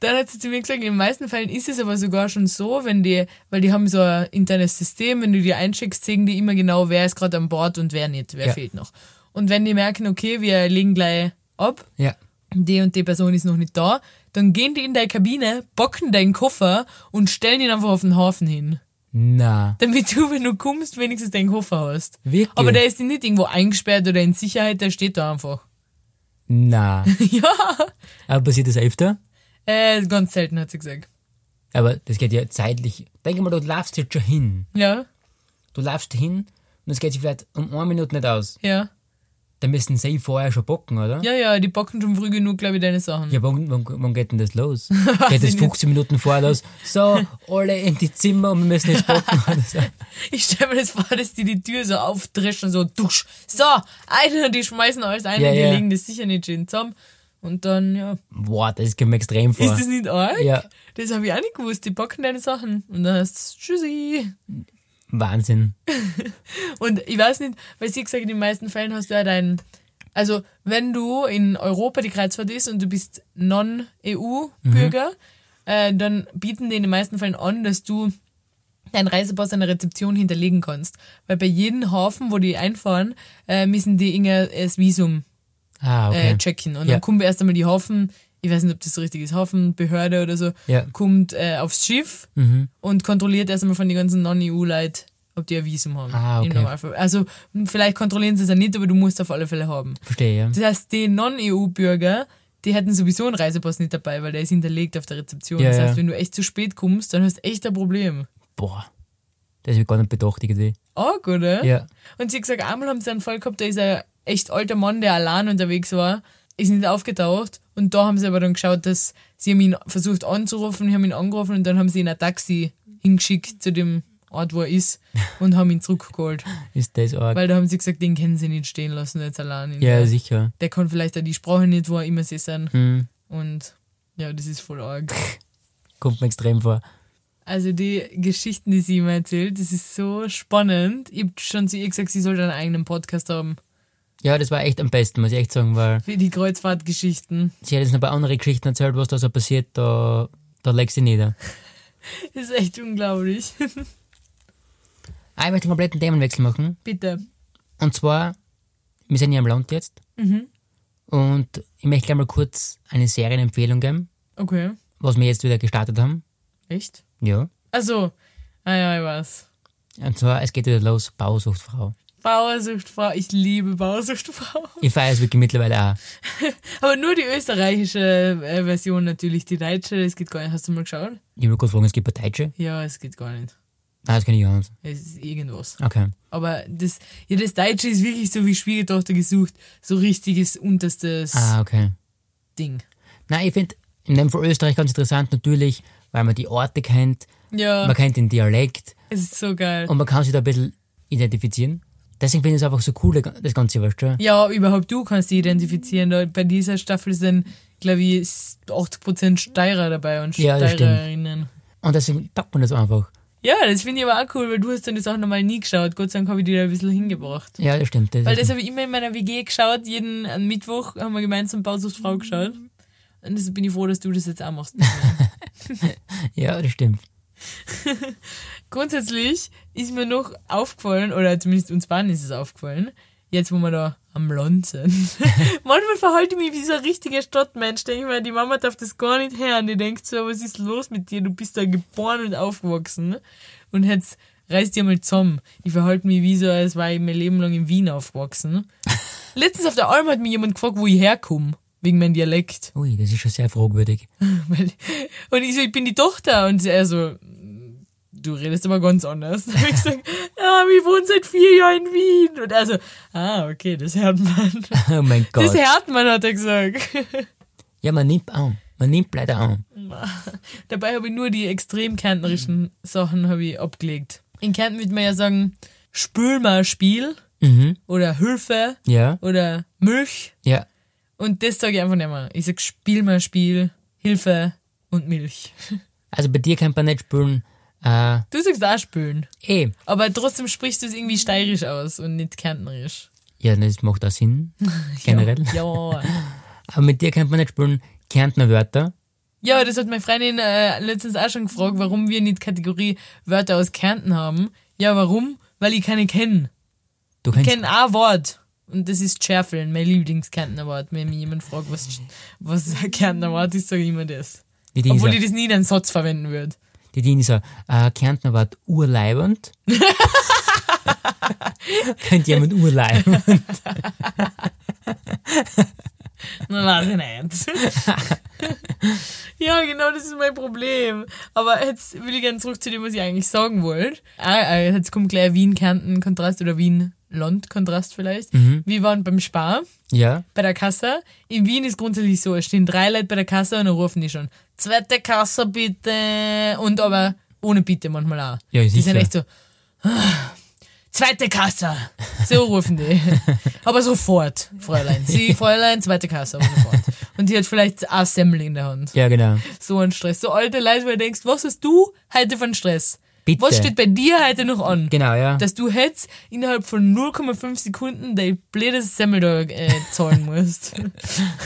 S4: Dann hat sie zu mir gesagt, in den meisten Fällen ist es aber sogar schon so, wenn die, weil die haben so ein internes System, wenn du die einschickst, sehen die immer genau, wer ist gerade an Bord und wer nicht, wer
S3: Ja.
S4: fehlt noch. Und wenn die merken, okay, wir legen gleich ab,
S3: Ja.
S4: die und die Person ist noch nicht da, dann gehen die in deine Kabine, bocken deinen Koffer und stellen ihn einfach auf den Hafen hin.
S3: Na,
S4: Damit du, wenn du kommst, wenigstens deinen Koffer hast.
S3: Wirklich?
S4: Aber der ist nicht irgendwo eingesperrt oder in Sicherheit, der steht da einfach.
S3: na.
S4: ja,
S3: Aber passiert das öfter?
S4: äh, ganz selten hat sie gesagt.
S3: Aber das geht ja zeitlich. Denke mal, du laufst jetzt schon hin.
S4: Ja,
S3: Du laufst hin und es geht sich vielleicht um eine Minute nicht aus.
S4: ja.
S3: Dann müssen sie vorher schon bocken, oder?
S4: Ja, ja, die bocken schon früh genug, glaube ich, deine Sachen.
S3: Ja, wann, wann, wann geht denn das los? geht
S4: ich
S3: das
S4: nicht.
S3: 15 Minuten vorher los? So, alle in die Zimmer und wir müssen jetzt bocken. oder so.
S4: Ich stelle mir das vor, dass die die Tür so auftreschen, so dusch. So, einer, die schmeißen alles ein
S3: Ja,
S4: und die
S3: ja.
S4: legen das sicher nicht schön zusammen. Und dann, ja,
S3: Boah, das kommt mir extrem vor.
S4: ist das nicht arg?
S3: Ja.
S4: Das habe ich auch nicht gewusst. Die bocken deine Sachen. Und dann hast du Tschüssi.
S3: Wahnsinn.
S4: Und ich weiß nicht, weil sie gesagt hat, in den meisten Fällen hast du ja deinen. Also, wenn du in Europa die Kreuzfahrt ist und du bist Non-EU-Bürger, äh, dann bieten die in den meisten Fällen an, dass du deinen Reisepass an der Rezeption hinterlegen kannst. Weil bei jedem Hafen, wo die einfahren, äh, müssen die irgendein das Visum
S3: Ah, okay.
S4: äh, checken. Und
S3: Ja.
S4: dann kommen erst einmal die Hafen, ich weiß nicht, ob das so richtig ist, Hafenbehörde oder so,
S3: Ja.
S4: kommt äh, aufs Schiff
S3: Mhm.
S4: und kontrolliert erst einmal von den ganzen Non-EU-Leuten, ob die ein Visum haben.
S3: Ah,
S4: Im
S3: okay.
S4: Normalfall. Also m, vielleicht kontrollieren sie es ja nicht, aber du musst auf alle Fälle haben.
S3: Verstehe, ja.
S4: Das heißt, die Non-EU-Bürger, die hätten sowieso einen Reisepass nicht dabei, weil der ist hinterlegt auf der Rezeption.
S3: Ja,
S4: das
S3: ja.
S4: heißt, wenn du echt zu spät kommst, dann hast du echt ein Problem.
S3: Boah. Das habe ich gar nicht bedacht, irgendwie.
S4: Arg, oder?
S3: Ja.
S4: Und sie hat gesagt, einmal haben sie einen Fall gehabt, da ist ein echt alter Mann, der allein unterwegs war, ist nicht aufgetaucht. Und da haben sie aber dann geschaut, dass sie haben ihn versucht anzurufen, haben ihn angerufen und dann haben sie ihn ein Taxi hingeschickt zu dem Ort, wo er ist und haben ihn zurückgeholt.
S3: Ist das arg.
S4: Weil da haben sie gesagt, den können sie nicht stehen lassen, jetzt allein. in
S3: ja,
S4: der-
S3: sicher.
S4: Der kann vielleicht auch die Sprache nicht, wo er immer sie sind.
S3: Mhm.
S4: Und ja, das ist voll arg.
S3: Kommt mir extrem vor.
S4: Also die Geschichten, die sie immer erzählt, das ist so spannend. Ich hab schon zu ihr gesagt, sie soll einen eigenen Podcast haben.
S3: Ja, das war echt am besten, muss ich echt sagen, weil
S4: Für die Kreuzfahrtgeschichten.
S3: sie hat jetzt noch ein paar andere Geschichten erzählt, was da so passiert, da, da legst du dich nieder.
S4: Das ist echt unglaublich.
S3: Ah, ich möchte einen kompletten Themenwechsel machen.
S4: Bitte.
S3: Und zwar, wir sind ja im Land jetzt.
S4: Mhm.
S3: Und ich möchte gleich mal kurz eine Serienempfehlung geben,
S4: Okay.
S3: was wir jetzt wieder gestartet haben.
S4: Echt?
S3: Ja.
S4: Also, ah ja, ich weiß.
S3: Und zwar, es geht wieder los, Bausuchtfrau.
S4: Bauersuchtfrau, ich liebe Bauersuchtfrau.
S3: Ich feiere es wirklich mittlerweile auch.
S4: Aber nur die österreichische äh, Version natürlich, die deutsche, das geht gar nicht. Hast du mal geschaut?
S3: Ich will kurz fragen, es gibt Parteiche?
S4: Ja, es geht gar nicht.
S3: Nein, das kann ich gar nicht.
S4: Es ist irgendwas.
S3: Okay.
S4: Aber das, ja, das Deutsche ist wirklich so wie Schwiegertochter gesucht. So richtiges unterstes
S3: Ah, okay.
S4: Ding.
S3: Nein, ich finde in dem Fall Österreich ganz interessant natürlich, weil man die Orte kennt,
S4: Ja,
S3: man kennt den Dialekt
S4: es ist so geil.
S3: und man kann sich da ein bisschen identifizieren. Deswegen finde ich es einfach so cool, das Ganze, weißt du?
S4: Ja, überhaupt du kannst dich identifizieren. Da- Bei dieser Staffel sind, glaube ich, s- 80% Steirer dabei und
S3: Ja, das stimmt.
S4: Steirerinnen.
S3: Und deswegen taugt man das einfach.
S4: Ja, das finde ich aber auch cool, weil du hast dann die Sachen normal nie geschaut. Gott sei Dank habe ich die da ein bisschen hingebracht.
S3: Ja, das stimmt. Das
S4: Weil das
S3: ist,
S4: habe ich immer in meiner WG geschaut. Jeden am Mittwoch haben wir gemeinsam Paususfrau geschaut. Und deshalb bin ich froh, dass du das jetzt auch machst.
S3: ja, das stimmt.
S4: Grundsätzlich ist mir noch aufgefallen, oder zumindest uns beiden ist es aufgefallen, jetzt wo wir da am Land sind. Manchmal verhalte ich mich wie so ein richtiger Stadtmensch. Denke ich mir, die Mama darf das gar nicht hören. Die denkt so, was ist los mit dir? Du bist da geboren und aufgewachsen. Und jetzt reiß dir mal zusammen. Ich verhalte mich wie so, als war ich mein Leben lang in Wien aufgewachsen. Letztens auf der Alm hat mich jemand gefragt, wo ich herkomme. Wegen meinem Dialekt.
S3: Ui, das ist schon sehr fragwürdig.
S4: Weil, und ich so, ich bin die Tochter. Und er so, du redest aber ganz anders. Da hab ich gesagt, ja, wir wohnen seit vier Jahren in Wien. Und er so, ah, okay, das hört man.
S3: Oh mein
S4: Das
S3: Gott.
S4: hört man, hat er gesagt.
S3: Ja, man nimmt an. Man nimmt leider an.
S4: Dabei habe ich nur die extrem kärntnerischen Sachen habe ich abgelegt. In Kärnten würde man ja sagen, spül mal Spiel
S3: Mhm.
S4: oder Hilfe
S3: Ja,
S4: oder Milch.
S3: ja.
S4: Und das sage ich einfach nicht mehr. Ich sag Spiel mal Spiel, Hilfe und Milch.
S3: Also bei dir kann man nicht spülen. Äh,
S4: Du sagst auch spülen.
S3: eh.
S4: Aber trotzdem sprichst du es irgendwie steirisch aus und nicht kärntnerisch.
S3: Ja, das macht auch Sinn. Generell.
S4: Ja.
S3: Aber mit dir kann man nicht spülen. Kärntner Wörter.
S4: Ja, das hat meine Freundin äh, letztens auch schon gefragt, warum wir nicht Kategorie Wörter aus Kärnten haben. Ja, warum? Weil ich keine kenne.
S3: Du kannst.
S4: Ich kenne ein Wort. Und das ist Schärfeln, mein Lieblingskärntner Wort. Wenn mich jemand fragt, was, was ein Kärntner Wort ist, sage ich immer das.
S3: die
S4: Obwohl
S3: Dinge,
S4: ich das nie in einen Satz verwenden würde.
S3: die Dinge so, äh, Kärntner Wort urleibend. Könnt jemand urleiben?
S4: Na, weiß ich nicht. ja, genau, das ist mein Problem. Aber jetzt will ich gerne zurück zu dem, was ich eigentlich sagen wollte. Ah, ah, jetzt kommt gleich Wien-Kärnten-Kontrast oder Wien-Land-Kontrast vielleicht. Wir waren beim Spar,
S3: Ja.
S4: bei der Kasse. In Wien ist grundsätzlich so, es stehen drei Leute bei der Kasse und dann rufen die schon, zweite Kasse bitte. Und aber ohne Bitte manchmal auch.
S3: Ja,
S4: Die sind
S3: sicher.
S4: echt so, "Ah, zweite Kasse. So rufen die. Aber sofort, Fräulein. Sie, Fräulein, zweite Kasse, aber sofort. Und die hat vielleicht eine Semmel in der Hand.
S3: Ja, genau.
S4: So ein Stress. So alte Leute, wo du denkst, was hast du heute von Stress?
S3: Bitte.
S4: Was steht bei dir heute noch an?
S3: Genau, ja.
S4: Dass du jetzt innerhalb von 0,5 Sekunden dein blödes Semmel da äh, zahlen musst.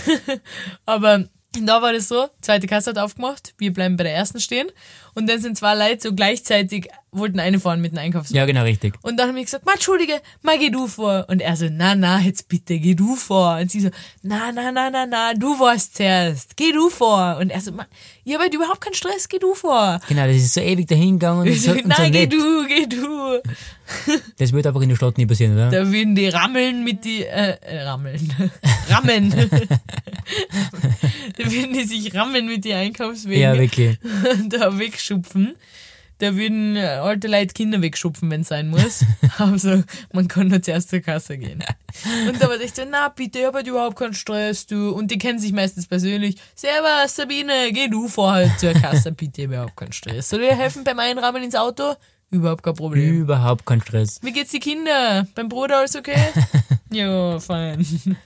S4: Aber da war das so, zweite Kasse hat aufgemacht, wir bleiben bei der ersten stehen. Und dann sind zwei Leute so gleichzeitig, wollten eine fahren mit dem Einkaufswagen.
S3: ja, genau, richtig.
S4: Und dann hab ich gesagt, ma, entschuldige, ma, geh du vor. Und er so, na, na, jetzt bitte, geh du vor. Und sie so, na, na, na, na, na, du warst zuerst, geh du vor. Und er so, ma, ihr habt überhaupt keinen Stress, geh du vor.
S3: Genau, das ist so ewig dahingegangen und
S4: Ich so,
S3: so, und so
S4: na, geh
S3: nett.
S4: du, geh du.
S3: Das wird einfach in der Stadt nie passieren, oder?
S4: Da würden die rammeln mit die, äh, äh rammeln, rammen. da würden die sich rammeln mit die Einkaufswegen.
S3: Ja, wirklich.
S4: da wegschupfen. Da würden äh, alte Leute Kinder wegschupfen, wenn es sein muss. Also, man kann nur zuerst zur Kasse gehen. Und da war ich echt so, na bitte, ihr habt überhaupt keinen Stress, du. Und die kennen sich meistens persönlich. Servus, Sabine, geh du vorher zur Kasse, bitte, überhaupt keinen Stress. Soll ihr helfen beim Einrahmen ins Auto? Überhaupt kein Problem.
S3: Überhaupt kein Stress.
S4: Wie geht's die Kinder? Beim Bruder alles okay? ja, fein.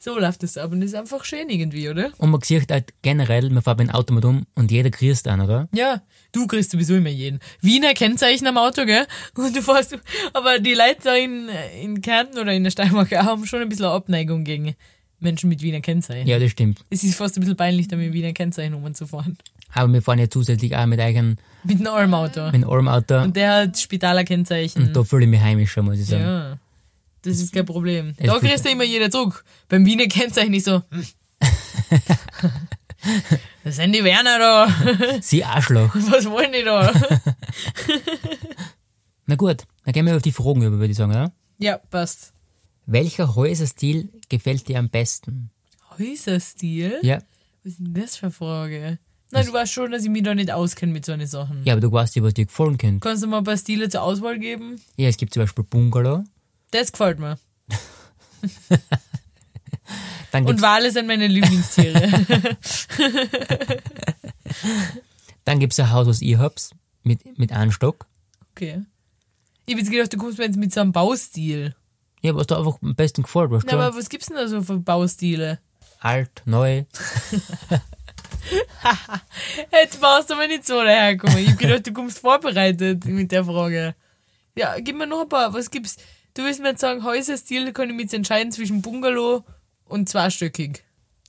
S4: So läuft das ab und das ist einfach schön irgendwie, oder?
S3: Und man sieht halt generell, man fährt mit dem Auto mit um und jeder grüßt einen, oder?
S4: Ja, du kriegst sowieso immer jeden. Wiener Kennzeichen am Auto, gell? Und du fährst, aber die Leute da in, in Kärnten oder in der Steiermark haben schon ein bisschen eine Abneigung gegen Menschen mit Wiener Kennzeichen.
S3: Ja, das stimmt.
S4: Es ist fast ein bisschen peinlich, da mit Wiener Kennzeichen rumzufahren.
S3: Aber wir fahren ja zusätzlich auch mit eigenen,
S4: Mit einem Almauto.
S3: mit einem Armauto und, mhm.
S4: Und der hat Spitaler Kennzeichen.
S3: da fühle ich mich heimischer, muss ich sagen.
S4: Ja. Das ist kein Problem.
S3: Das
S4: Da
S3: ist gut.
S4: kriegst du immer jeder zurück. Beim Wiener Kennzeichen ist so. hm. Das sind die Werner da.
S3: Sie Arschloch.
S4: Was wollen die da?
S3: Na gut, dann gehen wir auf die Fragen über, würde ich sagen, oder?
S4: Ja, passt.
S3: Welcher Häuserstil gefällt dir am besten?
S4: Häuserstil?
S3: Ja,
S4: Was ist denn das für eine Frage? Nein, du weißt schon, dass ich mich da nicht auskenne mit so einer Sachen.
S3: ja aber du weißt ja, was dir gefallen könnte.
S4: Kannst du mal ein paar Stile zur Auswahl geben?
S3: Ja, es gibt zum Beispiel Bungalow.
S4: Das gefällt mir.
S3: Dann
S4: Und
S3: gibt's
S4: Wale sind meine Lieblingstiere.
S3: dann gibt's ein Haus, was ich hab's, mit, mit einem Stock.
S4: Okay. Ich hab jetzt gedacht, du kommst mir jetzt mit so einem Baustil.
S3: Ja, was dir einfach am besten gefällt, weißt
S4: Na,
S3: du?
S4: aber was gibt's denn da so für Baustile?
S3: Alt, neu,
S4: Jetzt brauchst du aber nicht so daherkommen. Ich hab gedacht, du kommst vorbereitet mit der Frage. Ja, gib mir noch ein paar. Was gibt's? Du willst mir jetzt sagen, Häuserstil, da kann ich mich jetzt entscheiden zwischen Bungalow und zweistöckig.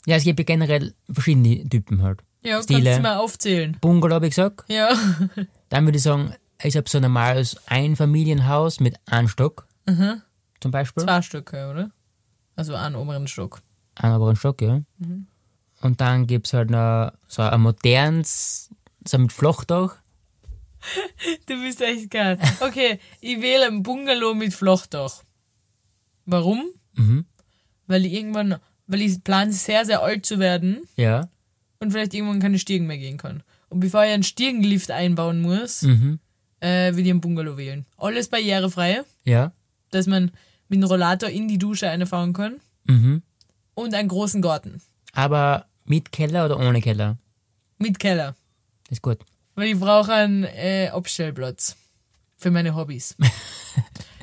S3: Ja, es gibt ja generell verschiedene Typen halt.
S4: Ja,
S3: Stile.
S4: kannst du mal aufzählen.
S3: Bungalow habe ich gesagt.
S4: Ja.
S3: Dann würde ich sagen, ich habe so ein normales Einfamilienhaus mit einem Stock. Zum Beispiel.
S4: Mhm. Zwei Stöcke, oder? Also einen oberen Stock.
S3: Einen oberen Stock, ja.
S4: Mhm.
S3: Und dann gibt es halt noch so ein modernes, so mit Flachdach.
S4: Du bist echt geil. Okay, ich wähle ein Bungalow mit Flochdach. Warum?
S3: Mhm.
S4: Weil ich irgendwann, weil ich plane, sehr, sehr alt zu werden
S3: Ja.
S4: und vielleicht irgendwann keine Stiegen mehr gehen kann. Und bevor ich einen Stiegenlift einbauen muss,
S3: Mhm.
S4: äh, will ich ein Bungalow wählen. Alles barrierefrei,
S3: Ja.
S4: dass man mit dem Rollator in die Dusche einfahren kann
S3: Mhm.
S4: und einen großen Garten
S3: Aber mit Keller oder ohne Keller?
S4: mit Keller.
S3: Das ist gut.
S4: Weil ich brauche einen äh, Abstellplatz für meine Hobbys.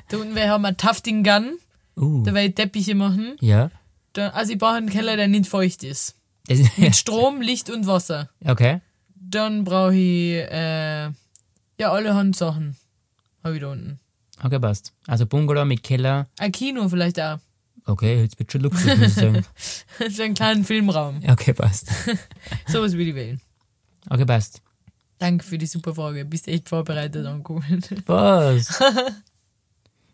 S4: da unten wir haben wir einen Tafting Gun,
S3: Uh.
S4: da werde ich Teppiche machen.
S3: Ja.
S4: Da, also ich brauche einen Keller, der nicht feucht ist.
S3: Das ist,
S4: Mit Strom, Licht und Wasser.
S3: okay.
S4: Dann brauche ich äh, ja allerhand Sachen. Habe ich da unten.
S3: Okay, passt. Also Bungalow mit Keller.
S4: Ein Kino vielleicht auch.
S3: Okay, jetzt wird schon Luxus, muss ich sagen.
S4: so einen kleinen Filmraum.
S3: Okay, passt.
S4: Sowas würde ich wählen.
S3: Okay, passt.
S4: Danke für die super Frage. Bist echt vorbereitet angekommen.
S3: Was?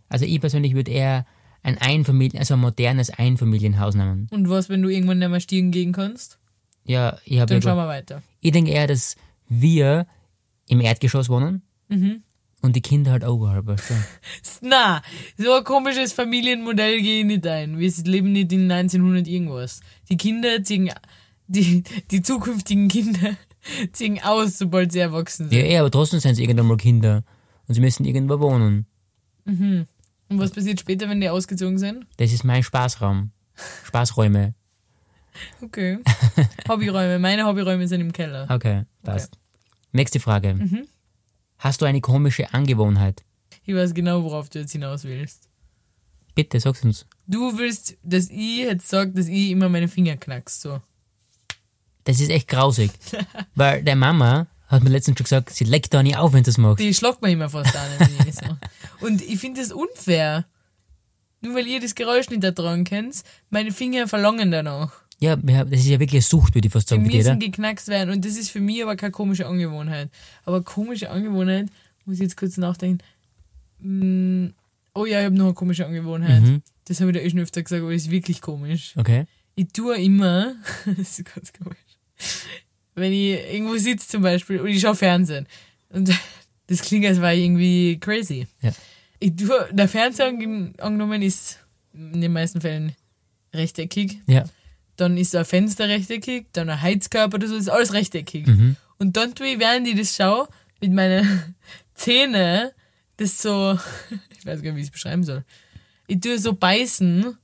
S3: Also ich persönlich würde eher ein Einfamilien, also ein modernes Einfamilienhaus nehmen.
S4: Und was, wenn du irgendwann nicht mehr stiegen gehen kannst?
S3: Ja, ich habe
S4: Dann schauen
S3: ja,
S4: wir weiter.
S3: ich denke eher, dass wir im Erdgeschoss wohnen und die Kinder halt oberhalb. Weißt du?
S4: Na, so ein komisches Familienmodell gehe ich nicht ein. Wir leben nicht in 1900 irgendwas. Die Kinder ziehen, die, die zukünftigen Kinder ziehen aus, sobald sie erwachsen sind.
S3: Ja, eh, aber trotzdem sind sie irgendwann mal Kinder und sie müssen irgendwo wohnen.
S4: Und was passiert später, wenn die ausgezogen sind?
S3: Das ist mein Spaßraum. Spaßräume.
S4: Okay. Hobbyräume. Meine Hobbyräume sind im Keller.
S3: Okay, passt. Nächste Frage. Hast du eine komische Angewohnheit?
S4: Ich weiß genau, worauf du jetzt hinaus willst.
S3: Bitte, sag's uns.
S4: Du willst, dass ich jetzt sag, dass ich immer meine Finger knackst, so.
S3: Das ist echt grausig. Weil deine Mama hat mir letztens schon gesagt, sie leckt da nicht auf, wenn du das machst.
S4: Die schlagt mir immer fast an. wenn ich das mache. Und ich finde das unfair. Nur weil ihr das Geräusch nicht ertragen könnt, meine Finger verlangen danach.
S3: Ja, wir haben- das ist ja wirklich eine Sucht, würde ich fast
S4: Die
S3: sagen, bei dir,
S4: müssen
S3: oder?
S4: geknackst werden. Und das ist für mich aber keine komische Angewohnheit. Aber komische Angewohnheit, muss ich jetzt kurz nachdenken. Mm, oh ja, ich habe noch eine komische Angewohnheit.
S3: Mhm.
S4: Das habe ich dir eh schon öfter gesagt, aber das ist wirklich komisch.
S3: Okay.
S4: Ich tue immer, das ist ganz komisch, wenn ich irgendwo sitze zum Beispiel und ich schaue Fernsehen. Und das klingt, als wäre ich irgendwie crazy.
S3: Ja.
S4: Ich tue, der Fernseher angen- angenommen ist in den meisten Fällen rechteckig.
S3: Ja.
S4: Dann ist ein Fenster rechteckig, dann ein Heizkörper oder so, ist alles rechteckig.
S3: Mhm.
S4: Und dann tue ich, während ich das schaue, mit meinen Zähnen das so, ich weiß gar nicht, wie ich es beschreiben soll. Ich tue so beißen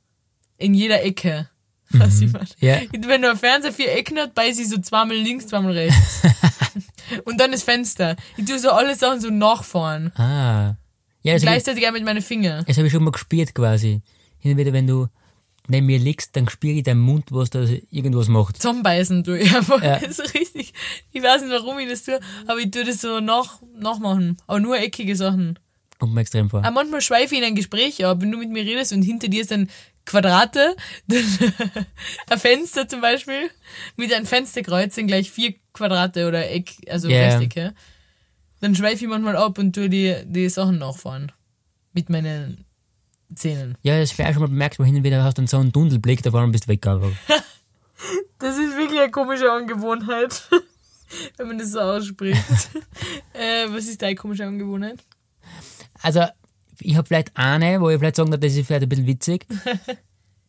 S4: in jeder Ecke. Was ich meine.
S3: Mhm. Ja.
S4: Wenn du ein Fernseher vier Ecken hat, beiß ich so zweimal links, zweimal rechts. Und dann das Fenster. Ich tue so alle Sachen so nachfahren.
S3: Ah. Ja, das habe ich,
S4: Gleichzeitig auch mit meinen Fingern.
S3: das hab ich schon mal gespielt quasi. Hin und wieder, wenn du neben mir liegst, dann spüre ich deinen Mund, was da irgendwas macht.
S4: Zum Beißen tue ich einfach.
S3: Ja.
S4: Das ist richtig. Ich weiß nicht, warum ich das tue, aber ich tue das so nach, nachmachen. Aber nur eckige Sachen.
S3: Kommt mir extrem vor.
S4: Aber Ah, manchmal schweife ich in ein Gespräch ab, wenn du mit mir redest und hinter dir ist ein Quadrate, dann ein Fenster zum Beispiel, mit einem Fensterkreuz sind gleich vier Quadrate oder Eck, also
S3: Ja.
S4: Rechtecke. Dann schweife ich manchmal ab und tue die, die Sachen nachfahren. Mit meinen Zähnen.
S3: Ja, das wäre schon mal bemerkt, wo hin und wieder hast du dann so einen Dundelblick, da vorne bist du weg. Aber.
S4: Das ist wirklich eine komische Angewohnheit, wenn man das so ausspricht. äh, was ist deine komische Angewohnheit?
S3: Also, ich habe vielleicht eine, wo ich vielleicht sagen darf, das ist vielleicht ein bisschen witzig.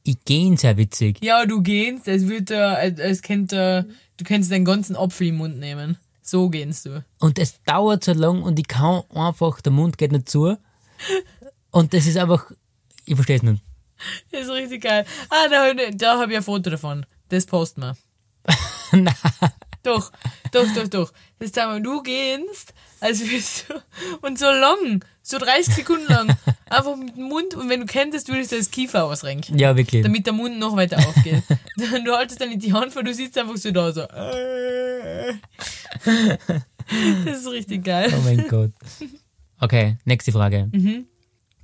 S3: Ich gehe sehr witzig.
S4: Ja, du gehst, es wird, äh, es kennt, äh, du kannst deinen ganzen Apfel im Mund nehmen. So gehst du.
S3: Und es dauert so lang und ich kann einfach, der Mund geht nicht zu. Und das ist einfach, ich verstehe es nicht.
S4: Das ist richtig geil. Ah, da, da habe ich ein Foto davon. Das posten wir.
S3: Nein.
S4: Doch, doch, doch, doch. Das sagen wir, du gehst, als würdest du, und so lang, so 30 Sekunden lang, Einfach mit dem Mund und wenn du könntest, würdest du das Kiefer ausrenken.
S3: Ja, wirklich.
S4: Damit der Mund noch weiter aufgeht. Dann- du haltest dann nicht die Hand vor, du sitzt einfach so da so. Das ist richtig geil.
S3: Oh mein Gott. Okay, nächste Frage.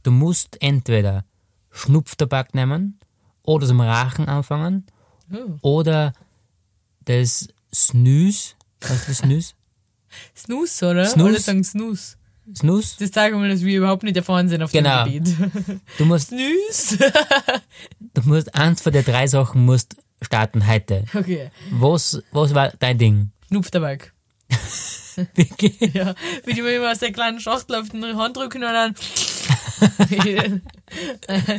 S3: Du musst entweder Schnupftabak nehmen oder zum Rachen anfangen
S4: Oh.
S3: oder das Snus. Was ist das Snus?
S4: Snus, oder?
S3: Snus?
S4: Alle sagen Snus.
S3: Snus?
S4: Das sagen wir, dass wir überhaupt nicht erfahren sind auf
S3: Genau.
S4: dem Gebiet.
S3: Du musst,
S4: Snus?
S3: du musst eins von den drei Sachen musst starten heute.
S4: Okay.
S3: Was, was war dein Ding?
S4: Schnupftabak.
S3: Wirklich?
S4: Ja, wie die mir immer aus der kleinen Schachtel auf die Hand drücken und dann.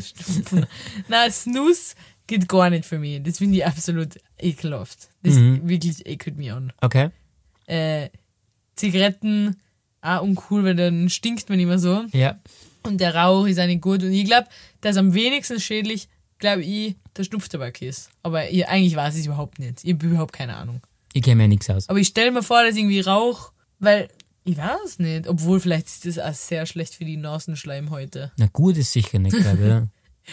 S4: Stupfen. Nein, Snus geht gar nicht für mich. Das finde ich absolut ekelhaft. Das
S3: Mhm.
S4: wirklich ekelt mich an.
S3: Okay.
S4: Äh, Zigaretten, auch uncool, weil dann stinkt man immer so.
S3: Ja.
S4: Und der Rauch ist auch nicht gut. Und ich glaube, dass am wenigsten schädlich, glaube ich, der Schnupftabak ist. Aber ich, eigentlich weiß ich es überhaupt nicht. Ich habe überhaupt keine Ahnung.
S3: Ich kenne mir nichts aus.
S4: Aber ich stelle mir vor, dass irgendwie Rauch, weil ich weiß nicht, obwohl vielleicht ist das auch sehr schlecht für die Nasenschleim heute.
S3: Na gut ist sicher nicht, glaube ich. oder?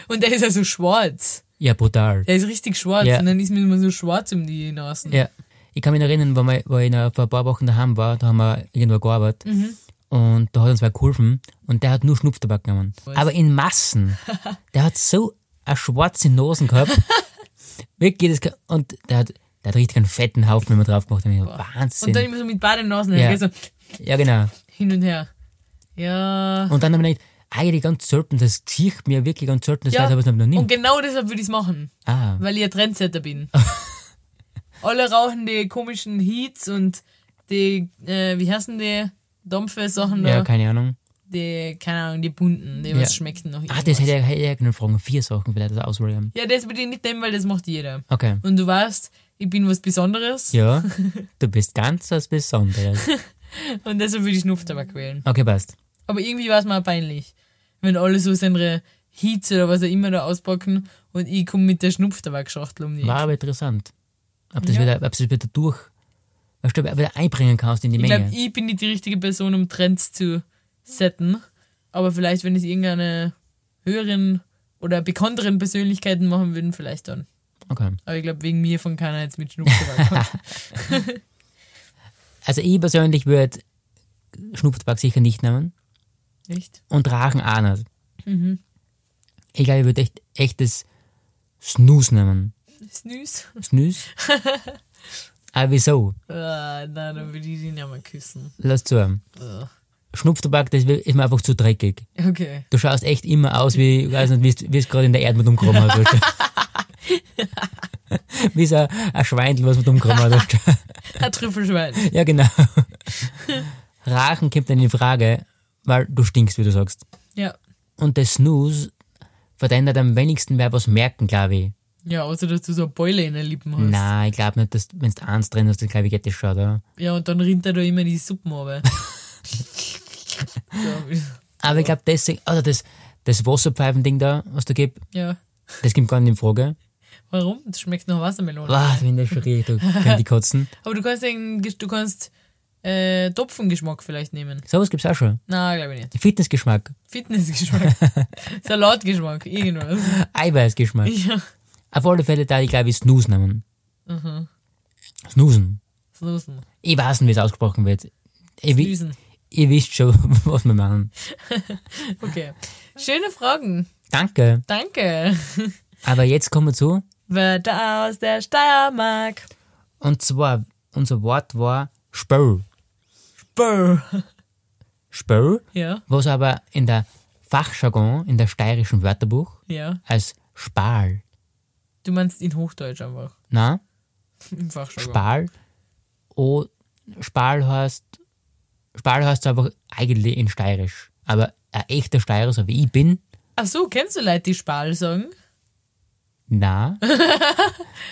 S4: Und der ist ja so schwarz.
S3: Ja, brutal.
S4: Der ist richtig schwarz
S3: Ja.
S4: und dann ist mir immer so schwarz um die Nasen.
S3: Ja. Ich kann mich noch erinnern, wo, wir, wo ich noch vor ein paar Wochen daheim war, da haben wir irgendwo gearbeitet.
S4: Mhm.
S3: Und da hat uns wer geholfen und der hat nur Schnupftabak genommen. Aber in Massen. Der hat so eine schwarze Nase gehabt. Wirklich, das, kann- und der hat, der hat richtig einen fetten Haufen immer drauf gemacht. Und ich dachte, Wahnsinn.
S4: Und dann immer so mit beiden Nasen
S3: Ja.
S4: ja. so
S3: ja, genau.
S4: hin und her. Ja.
S3: Und dann haben wir gedacht, eigentlich ganz selten, das zieht mir wirklich ganz selten, das
S4: ja.
S3: weiß ich aber noch
S4: und
S3: nie.
S4: genau deshalb würde ich es machen,
S3: Ah,
S4: weil ich ein Trendsetter bin. Alle rauchen die komischen Heats und die, äh, wie heißen die? Dampfe-Sachen
S3: ja,
S4: da.
S3: keine Ahnung.
S4: Die, keine Ahnung, die bunten, die
S3: Ja.
S4: was schmecken noch
S3: Ah, das
S4: irgendwas.
S3: hätte ich, hätte ich können fragen. Vier Sachen vielleicht, das Auswahl haben.
S4: Ja, das würde ich nicht nehmen, weil das macht jeder.
S3: Okay.
S4: Und du weißt, ich bin was Besonderes
S3: Ja, du bist ganz was Besonderes.
S4: und deshalb würde ich Schnupftabak wählen.
S3: Okay, passt.
S4: Aber irgendwie war es mal peinlich, wenn alle so seine Heats oder was auch immer da auspacken und ich komme mit der Schnupftabakschachtel um die
S3: War
S4: Ecke.
S3: aber interessant. Ob das
S4: Ja.
S3: wieder, ob das wieder durch, weißt du, ob du wieder einbringen kannst in die
S4: Ich glaube,
S3: Menge.
S4: ich bin nicht die richtige Person, um Trends zu setten. Aber vielleicht, wenn es irgendeine höheren oder bekannteren Persönlichkeiten machen würden, vielleicht dann.
S3: okay.
S4: Aber ich glaube, wegen mir von keiner jetzt mit Schnupftabak. kommen.
S3: Also ich persönlich würde Schnupftabak sicher nicht nehmen
S4: Echt?
S3: und Drachen auch nicht.
S4: Mhm.
S3: Ich glaube, ich würde echt, echtes Snus nehmen.
S4: Snooze?
S3: Snus? aber wieso?
S4: Ah, nein, dann würde ich ihn ja mal küssen.
S3: Lass zu.
S4: Ugh.
S3: Schnupftabak, das ist mir einfach zu dreckig.
S4: Okay.
S3: Du schaust echt immer aus, wie, ich weiß nicht, wie es gerade in der Erde mit umgekommen hat. weißt du. wie so ein ein Schweindel, was mit umgekommen hat. weißt du.
S4: Ein Trüffelschwein.
S3: Ja, genau. Rachen kommt dann in Frage, weil du stinkst, wie du sagst.
S4: Ja.
S3: Und der Snooze verändert am wenigsten wer was merken, glaube ich.
S4: Ja, außer dass du so eine Beule in den Lippen hast.
S3: Nein, ich glaube nicht, dass wenn du eins drin hast, dann glaube ich, geht das schon, oder?
S4: Ja, und dann rinnt er da immer die Suppen runter. so,
S3: Aber ich glaube, das, also das, das Wasserpfeifending da, was du gibst,
S4: ja.
S3: das kommt gar nicht in Frage.
S4: Warum? Das schmeckt nach Wassermelone.
S3: Wow, wenn das schon riecht, da kann die kotzen.
S4: Aber du kannst, den, du kannst äh, Topfengeschmack vielleicht nehmen.
S3: Sowas gibt's auch schon.
S4: Na, glaube ich nicht.
S3: Fitnessgeschmack,
S4: Fitnessgeschmack. Salatgeschmack, irgendwas.
S3: Eiweißgeschmack.
S4: ja.
S3: Auf alle Fälle da ich glaube ich Snooze nehmen.
S4: Mhm.
S3: Snoosen.
S4: Snoosen.
S3: Ich weiß nicht, wie es ausgesprochen wird. Ich, wi-
S4: Snoosen.
S3: ihr wisst schon, was wir machen.
S4: Okay. Schöne Fragen.
S3: Danke.
S4: Danke.
S3: Aber jetzt kommen wir zu.
S4: Wörter aus der Steiermark.
S3: Und zwar, unser Wort war Spöll.
S4: Brr.
S3: Spöll,
S4: Ja,
S3: was aber in der Fachjargon, in der steirischen Wörterbuch,
S4: ja.
S3: als Spal.
S4: Du meinst in Hochdeutsch einfach.
S3: Na,
S4: Im Fachjargon.
S3: Spal. O, Spal heißt, Spal heißt einfach eigentlich in steirisch. Aber ein echter Steirer, so wie ich bin,
S4: Ach so, kennst du Leute, die Spal sagen?
S3: na.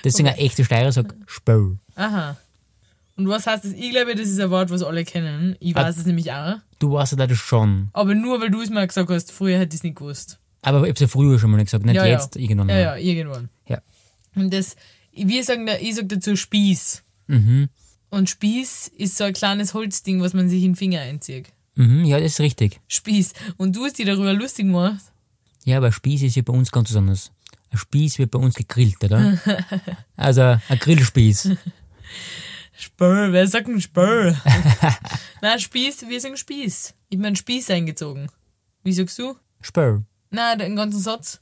S3: Deswegen ein echter Steirer sagt Spöll.
S4: Aha. Und was heißt das? Ich glaube, das ist ein Wort, was alle kennen. Ich weiß es nämlich auch.
S3: Du weißt ja das schon.
S4: Aber nur, weil du es mal gesagt hast. Früher hätte ich es nicht gewusst.
S3: Aber ich hab's ja früher schon mal gesagt, nicht
S4: Ja, ja.
S3: jetzt, irgendwann
S4: Ja,
S3: mal.
S4: ja, irgendwann.
S3: Ja.
S4: Und das, wir sagen da, ich sag dazu Spieß.
S3: Mhm.
S4: Und Spieß ist so ein kleines Holzding, was man sich in den Finger einzieht.
S3: Mhm, ja, das ist richtig.
S4: Spieß. Und du hast die darüber lustig gemacht.
S3: Ja, aber ein Spieß ist ja bei uns ganz was anderes. Ein Spieß wird bei uns gegrillt, oder? also ein Grillspieß.
S4: Spör, wer sagt denn Spör? Na, Spieß, wir sagen Spieß. Ich hab mir einen Spieß eingezogen. Wie sagst du?
S3: Spör.
S4: Na, den ganzen Satz.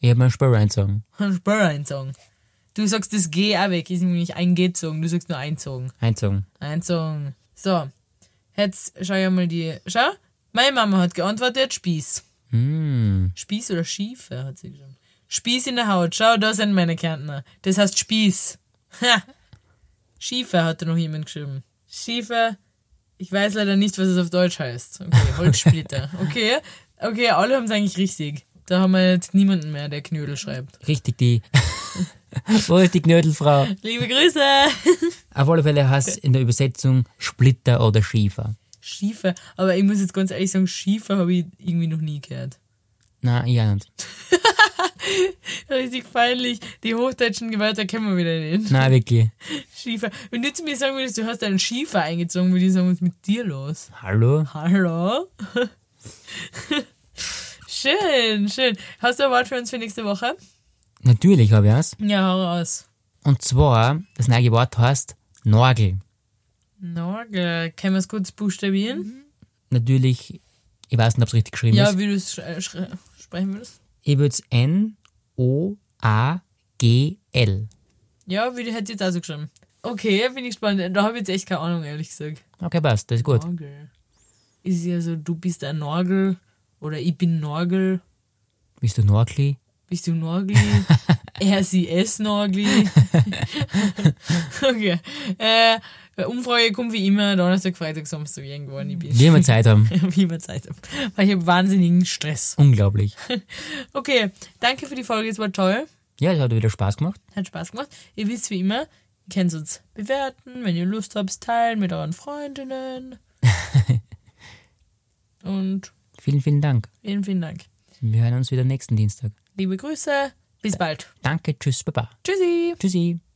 S3: Ich habe mir einen Spör einzogen.
S4: Einen Spör einzogen. Du sagst das G auch weg, ist nämlich eingezogen. Du sagst nur einzogen.
S3: Einzogen.
S4: Einzogen. So. Jetzt schau ich mal die. Schau. Meine Mama hat geantwortet, Spieß.
S3: Hm.
S4: Spieß oder Schiefe, hat sie geschrieben. Spieß in der Haut. Schau, da sind meine Kärntner. Das heißt Spieß. Ha! Schiefe hatte noch jemand geschrieben. Schiefe. Ich weiß leider nicht, was es auf Deutsch heißt. Okay, Holzsplitter. Okay. Okay, alle haben es eigentlich richtig. Da haben wir jetzt niemanden mehr, der Knödel schreibt.
S3: Richtig die. Wo ist die Knödelfrau?
S4: Liebe Grüße!
S3: Auf alle Fälle heißt es in der Übersetzung Splitter oder Schiefer.
S4: Schiefe. Aber ich muss jetzt ganz ehrlich sagen, Schiefe habe ich irgendwie noch nie gehört.
S3: Na, ja nicht.
S4: Richtig peinlich. Die hochdeutschen Wörter kennen wir wieder nicht.
S3: Na, wirklich.
S4: Schiefer. Wenn du zu mir sagen würdest, du hast einen Schiefer eingezogen, würde ich sagen, was ist mit dir los?
S3: Hallo?
S4: Hallo? schön, schön. Hast du ein Wort für uns für nächste Woche?
S3: Natürlich habe ich eins.
S4: Ja, hau raus.
S3: Und zwar, das neue Wort heißt Norgel.
S4: Norgel. Können wir es kurz buchstabieren?
S3: Natürlich, ich weiß nicht, ob es richtig geschrieben
S4: Ja,
S3: ist.
S4: wie du es sch- äh, schre- sprechen würdest.
S3: Ich würde es N-O-A-G-L.
S4: Ja, wie du hättest jetzt also geschrieben. Okay, bin ich gespannt. Da habe ich jetzt echt keine Ahnung, ehrlich gesagt.
S3: Okay, passt, das ist gut.
S4: Norgel. Ist ja so, du bist ein Norgel oder ich bin Norgel.
S3: Bist du Norgli?
S4: Bist du Norgli? er, sie, es Norgli. okay. Äh, Umfrage kommt wie immer Donnerstag, Freitag, Samstag irgendwo an die
S3: Wie wir Zeit haben.
S4: Wie immer Zeit habe. Weil ich habe wahnsinnigen Stress.
S3: Unglaublich.
S4: Okay, danke für die Folge, es war toll.
S3: Ja, es hat wieder Spaß gemacht.
S4: Hat Spaß gemacht. Ihr wisst wie immer, ihr könnt uns bewerten, wenn ihr Lust habt, teilen mit euren Freundinnen. Und
S3: Vielen, vielen Dank.
S4: vielen, vielen Dank.
S3: Wir hören uns wieder nächsten Dienstag.
S4: Liebe Grüße, bis bald.
S3: Danke, tschüss, baba.
S4: Tschüssi!
S3: Tschüssi.